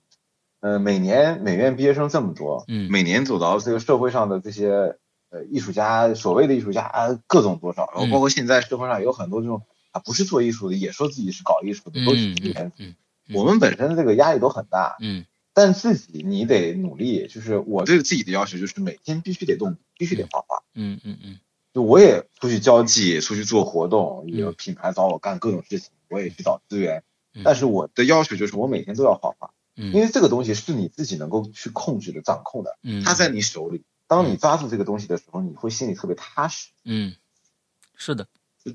S2: 呃，每年美院毕业生这么多，
S1: 嗯
S2: 每年走到这个社会上的这些呃艺术家，所谓的艺术家啊各种多少，然后
S1: 嗯
S2: 包括现在社会上有很多这种啊不是做艺术的，也说自己是搞艺术的，都是
S1: 嗯
S2: 这些人
S1: 嗯。嗯嗯
S2: 我们本身这个压力都很大，
S1: 嗯
S2: 但自己你得努力，就是我对自己的要求就是每天必须得动，必须得画画。
S1: 嗯嗯嗯
S2: 就我也出去交际，出去做活动，也有
S1: 嗯
S2: 品牌找我干各种事情，我也去找资源
S1: 嗯。
S2: 但是我的要求就是我每天都要画画，因
S1: 嗯
S2: 为这个东西是你自己能够去控制的、掌控的，
S1: 嗯，
S2: 它在你手里。当你抓住这个东西的时候，你会心里特别踏实。
S1: 嗯，是的，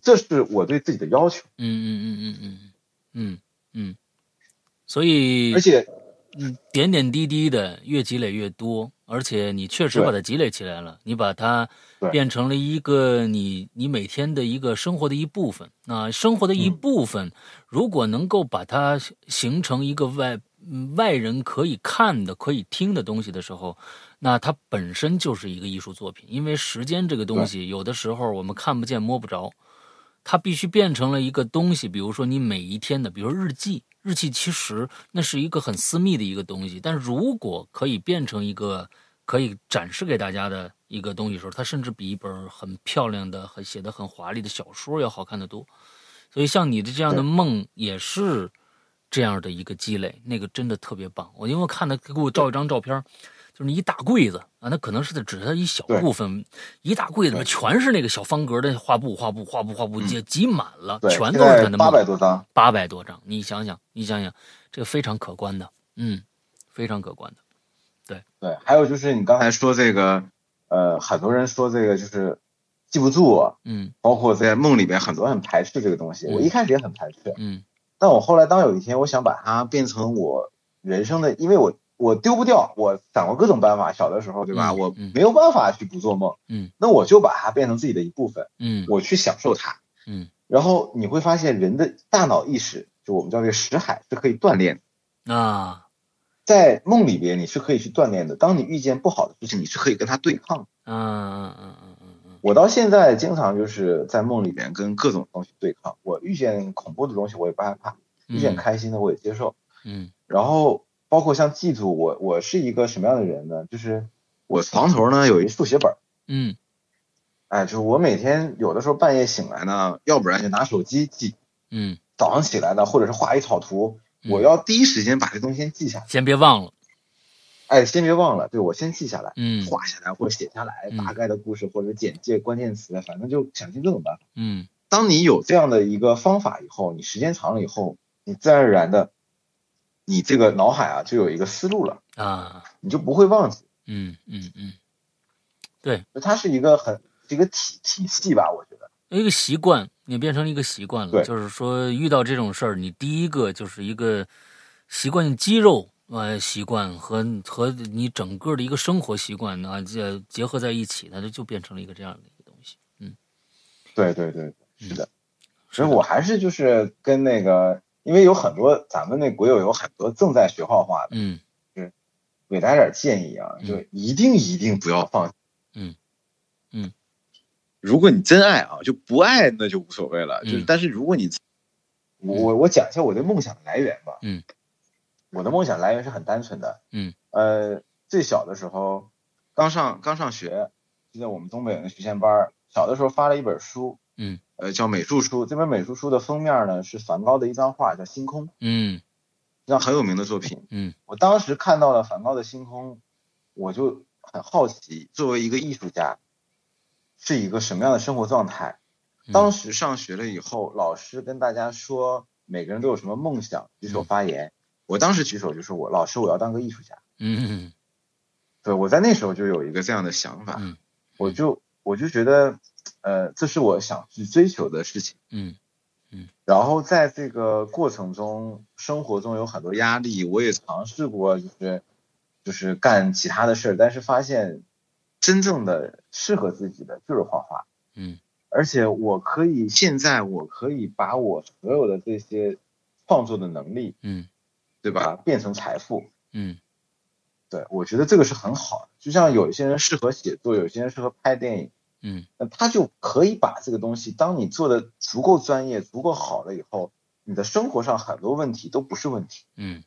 S2: 这是我对自己的要求，
S1: 嗯嗯嗯嗯嗯嗯嗯，所以
S2: 而且
S1: 嗯，点点滴滴的越积累越多，而且你确实
S2: 对
S1: 把它积累起来了，你把它
S2: 对
S1: 变成了一个你你每天的一个生活的一部分。那、生活的一
S2: 嗯
S1: 部分，如果能够把它形成一个外嗯外人可以看的、可以听的东西的时候，那它本身就是一个艺术作品。因为时间这个东西，有的时候我们看不见、摸不着，它必须变成了一个东西，比如说你每一天的，比如日记，日记其实那是一个很私密的一个东西，但如果可以变成一个可以展示给大家的一个东西的时候，它甚至比一本很漂亮的、很写的很华丽的小说要好看的多。所以像你的这样的
S2: 对
S1: 梦也是这样的一个积累，那个真的特别棒。我因为看他给我照一张照片儿，就是一大柜子啊，那可能是只是他一小
S2: 对
S1: 部分，一大柜子里面全是那个小方格的画布、画布、画布、画布，
S2: 嗯
S1: 挤挤满了，
S2: 对，
S1: 全都是他的
S2: 八
S1: 梦
S2: 百。多张，
S1: 八百多张，你想想，你想想，这个非常可观的，嗯，非常可观的，
S2: 对，还有就是你刚才说这个，呃，很多人说这个就是记不住，
S1: 嗯
S2: 包括在梦里边，很多人很排斥这个东西。
S1: 嗯
S2: 我一开始也很排斥，
S1: 嗯
S2: 但我后来当有一天我想把它变成我人生的，因为我我丢不掉，我想过各种办法，小的时候对吧？
S1: 嗯
S2: 我
S1: 嗯
S2: 没有办法去不做梦，
S1: 嗯，
S2: 那我就把它变成自己的一部分，
S1: 嗯
S2: 我去享受它，
S1: 嗯，
S2: 然后你会发现人的大脑意识，就我们叫这个识海是可以锻炼的。
S1: 啊
S2: 在梦里边，你是可以去锻炼的。当你遇见不好的事情，你是可以跟它对抗的。
S1: 嗯嗯嗯嗯嗯
S2: 我到现在经常就是在梦里边跟各种东西对抗。我遇见恐怖的东西我也不害怕，遇见
S1: 嗯
S2: 开心的我也接受。
S1: 嗯
S2: 然后包括像记住我我是一个什么样的人呢？就是我床头呢有一速写本儿，
S1: 嗯
S2: 哎，就是我每天有的时候半夜醒来呢，要不然就拿手机记，
S1: 嗯，
S2: 早上起来呢或者是画一草图，
S1: 嗯
S2: 我要第一时间把这东西先记下来。
S1: 先别忘了，
S2: 哎，先别忘了，对我先记下来，
S1: 嗯
S2: 画下来或者写下来
S1: 嗯
S2: 大概的故事或者简介、关键词，反正就想尽各种办法。
S1: 嗯
S2: 当你有这样的一个方法以后，你时间长了以后，你自然而然的，你这个脑海啊就有一个思路了，
S1: 啊，
S2: 你就不会忘记。
S1: 嗯嗯嗯，
S2: 它是一个很是一个体体系吧，我觉得。
S1: 一个习惯，你变成了一个习惯了。
S2: 对
S1: 就是说，遇到这种事儿，你第一个就是一个习惯性肌肉呃习惯和和你整个的一个生活习惯啊结结合在一起，它就就变成了一个这样的一个东西。
S2: 对对对，是的。
S1: 是
S2: 所以我还是就是跟那个，因为有很多咱们那鬼友有很多正在学画画的，
S1: 嗯
S2: 给大家点建议啊，
S1: 嗯
S2: 就一定一定不要放弃。
S1: 嗯嗯。
S3: 如果你真爱啊，就不爱那就无所谓了。就是
S1: 嗯
S3: 但是如果你
S1: 嗯
S2: 我我我讲一下我对梦想的来源吧。
S1: 嗯，
S2: 我的梦想来源是很单纯的。
S1: 嗯，
S2: 呃，最小的时候，刚上刚上学，就在我们东北有个学前班儿，小的时候发了一本书，
S1: 嗯，
S2: 呃，叫美术书。这本美术书的封面呢是梵高的一张画，叫《星空》，
S1: 嗯
S2: 一张很有名的作品。
S1: 嗯
S2: 我当时看到了梵高的《星空》，我就很好奇，作为一个艺术家，是一个什么样的生活状态？
S1: 嗯
S2: 当时上学了以后，老师跟大家说，每个人都有什么梦想，举
S1: 嗯
S2: 手发言。我当时举手就说我，老师我要当个艺术家。
S1: 嗯
S2: 对我在那时候就有一个这样的想法，
S1: 嗯
S2: 我就我就觉得，呃，这是我想去追求的事情。
S1: 嗯
S2: 然后在这个过程中，生活中有很多压力，我也尝试过，就是就是干其他的事儿，但是发现真正的适合自己的就是画画。
S1: 嗯
S2: 而且我可以现在我可以把我所有的这些创作的能力，
S1: 嗯
S2: 对吧，变成财富。
S1: 嗯
S2: 对我觉得这个是很好的，就像有一些人适合写作，有些人适合拍电影，
S1: 嗯
S2: 那他就可以把这个东西，当你做的足够专业、足够好了以后，你的生活上很多问题都不是问题。
S1: 嗯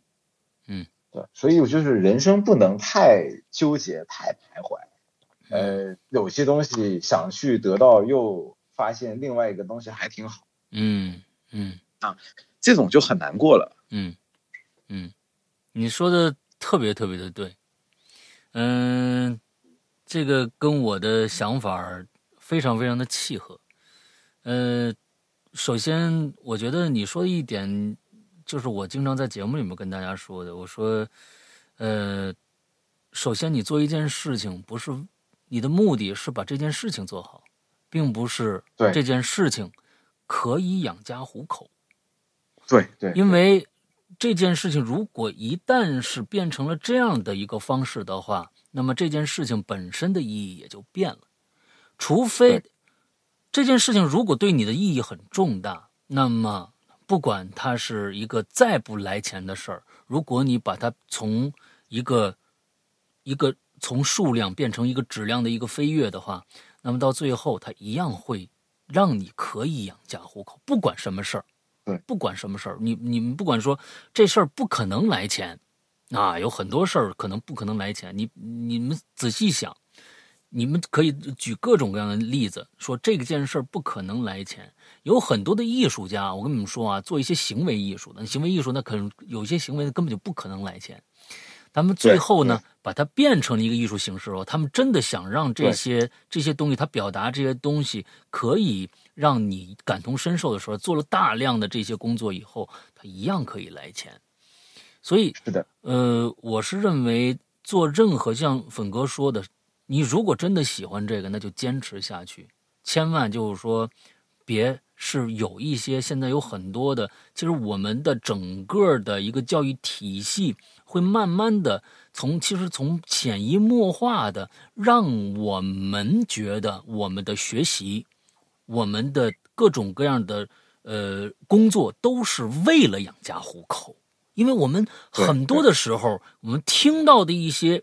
S2: 对，所以我就是人生不能太纠结、太徘徊。呃，有些东西想去得到，又发现另外一个东西还挺好。
S1: 嗯嗯
S3: 这种就很难过了。
S1: 嗯嗯，你说的特别特别的对。嗯，这个跟我的想法儿非常非常的契合。呃，首先我觉得你说的一点，就是我经常在节目里面跟大家说的，我说，呃，首先你做一件事情，不是你的目的是把这件事情做好，并不是
S2: 对
S1: 这件事情可以养家糊口。
S2: 对对，
S1: 因为这件事情如果一旦是变成了这样的一个方式的话，那么这件事情本身的意义也就变了。除非这件事情如果对你的意义很重大，那么不管它是一个再不来钱的事儿，如果你把它从一个一个从数量变成一个质量的一个飞跃的话，那么到最后它一样会让你可以养家糊口，不管什么事儿。不管什么事儿，你你们不管说这事儿不可能来钱，啊，有很多事儿可能不可能来钱。你你们仔细想，你们可以举各种各样的例子，说这件事儿不可能来钱。有很多的艺术家，我跟你们说啊，做一些行为艺术的，行为艺术那可能有些行为根本就不可能来钱。他们最后呢，把它变成了一个艺术形式哦。他们真的想让这
S2: 对
S1: 些这些东西，他表达这些东西，可以让你感同身受的时候，做了大量的这些工作以后，他一样可以来钱。所以，
S2: 是的，
S1: 呃，我是认为做任何像粉哥说的，你如果真的喜欢这个，那就坚持下去，千万就是说，别是有一些现在有很多的，其实我们的整个的一个教育体系会慢慢的从其实从潜移默化的让我们觉得我们的学习，我们的各种各样的呃工作都是为了养家糊口。因为我们很多的时候，我们听到的一些，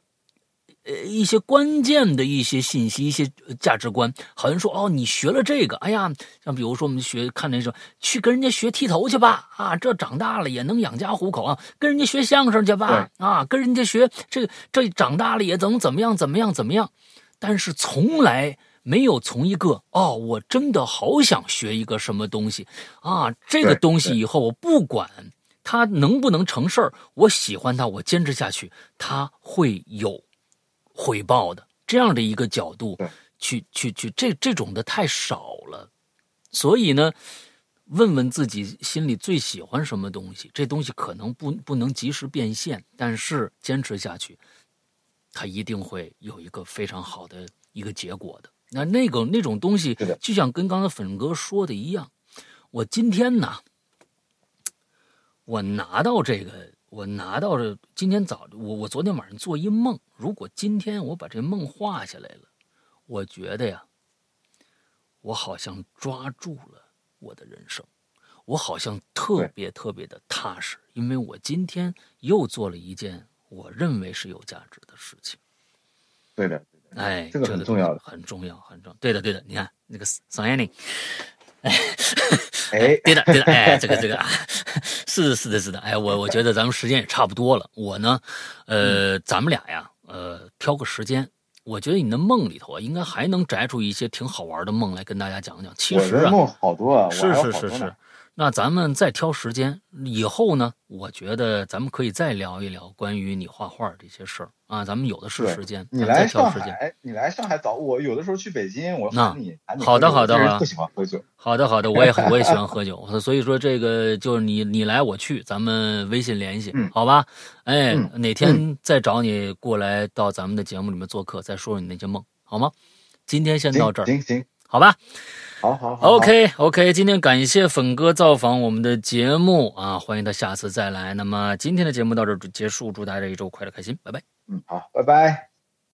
S1: 呃，一些关键的一些信息、一些呃价值观，好像说哦，你学了这个，哎呀，像比如说我们学看那什么，去跟人家学剃头去吧，啊，这长大了也能养家糊口啊，跟人家学相声去吧，啊，跟人家学这个这长大了也怎么怎么样怎么样怎么样，但是从来。没有从一个哦，我真的好想学一个什么东西啊！这个
S2: 对
S1: 东西
S2: 对
S1: 以后我不管他能不能成事儿，我喜欢他，我坚持下去，他会有回报的。这样的一个角度
S2: 对
S1: 去去去，这这种的太少了。所以呢，问问自己心里最喜欢什么东西，这东西可能不不能及时变现，但是坚持下去，它一定会有一个非常好的一个结果的。那那个那种东西
S2: 是的，
S1: 就像跟刚才粉哥说的一样，我今天呢，我拿到这个，我拿到这，今天早，我我昨天晚上做一梦，如果今天我把这梦画下来了，我觉得呀，我好像抓住了我的人生，我好像特别特别的踏实，因为我今天又做了一件我认为是有价值的事情。
S2: 对的，
S1: 哎，
S2: 这个很重要的
S1: 很重要，很重要。对的，对的，你看那个桑艳玲，
S2: 哎，
S1: 对的，对的，哎，这个这个，啊，是的，是的，是的，哎，我我觉得咱们时间也差不多了。我呢，
S2: 嗯
S1: 呃，咱们俩呀，呃，挑个时间，我觉得你的梦里头啊，应该还能摘出一些挺好玩的梦来跟大家讲讲。其
S2: 我
S1: 实
S2: 的
S1: 啊，
S2: 梦好多啊，我
S1: 是
S2: 还有
S1: 是
S2: 好
S1: 是
S2: 多呢
S1: 是，那咱们再挑时间，以后呢，我觉得咱们可以再聊一聊关于你画画这些事儿啊，咱们有的是
S2: 对
S1: 时间，
S2: 你
S1: 咱们再
S2: 来
S1: 挑
S2: 上
S1: 时间。
S2: 海，你来上海找我，有的时候去北京，我
S1: 那
S2: 喊你喊你
S1: 好的
S2: 喝酒
S1: 好的
S2: 我这人
S1: 好的啊
S2: 不喜欢喝酒，
S1: 好的， 好的，我也很我也喜欢喝酒，所以说这个就是你你来我去，咱们微信联系，
S2: 嗯
S1: 好吧？哎，
S2: 嗯
S1: 哪天再找你过来到咱们的节目里面做客，再说说你那些梦，好吗？今天先
S2: 行
S1: 到这儿，
S2: 行行，
S1: 好吧？
S2: 好好好
S1: OK OK，今天感谢粉哥造访我们的节目啊，欢迎他下次再来。那么今天的节目到这儿结束，祝大家一周快乐开心，拜拜。
S2: 嗯好，拜拜。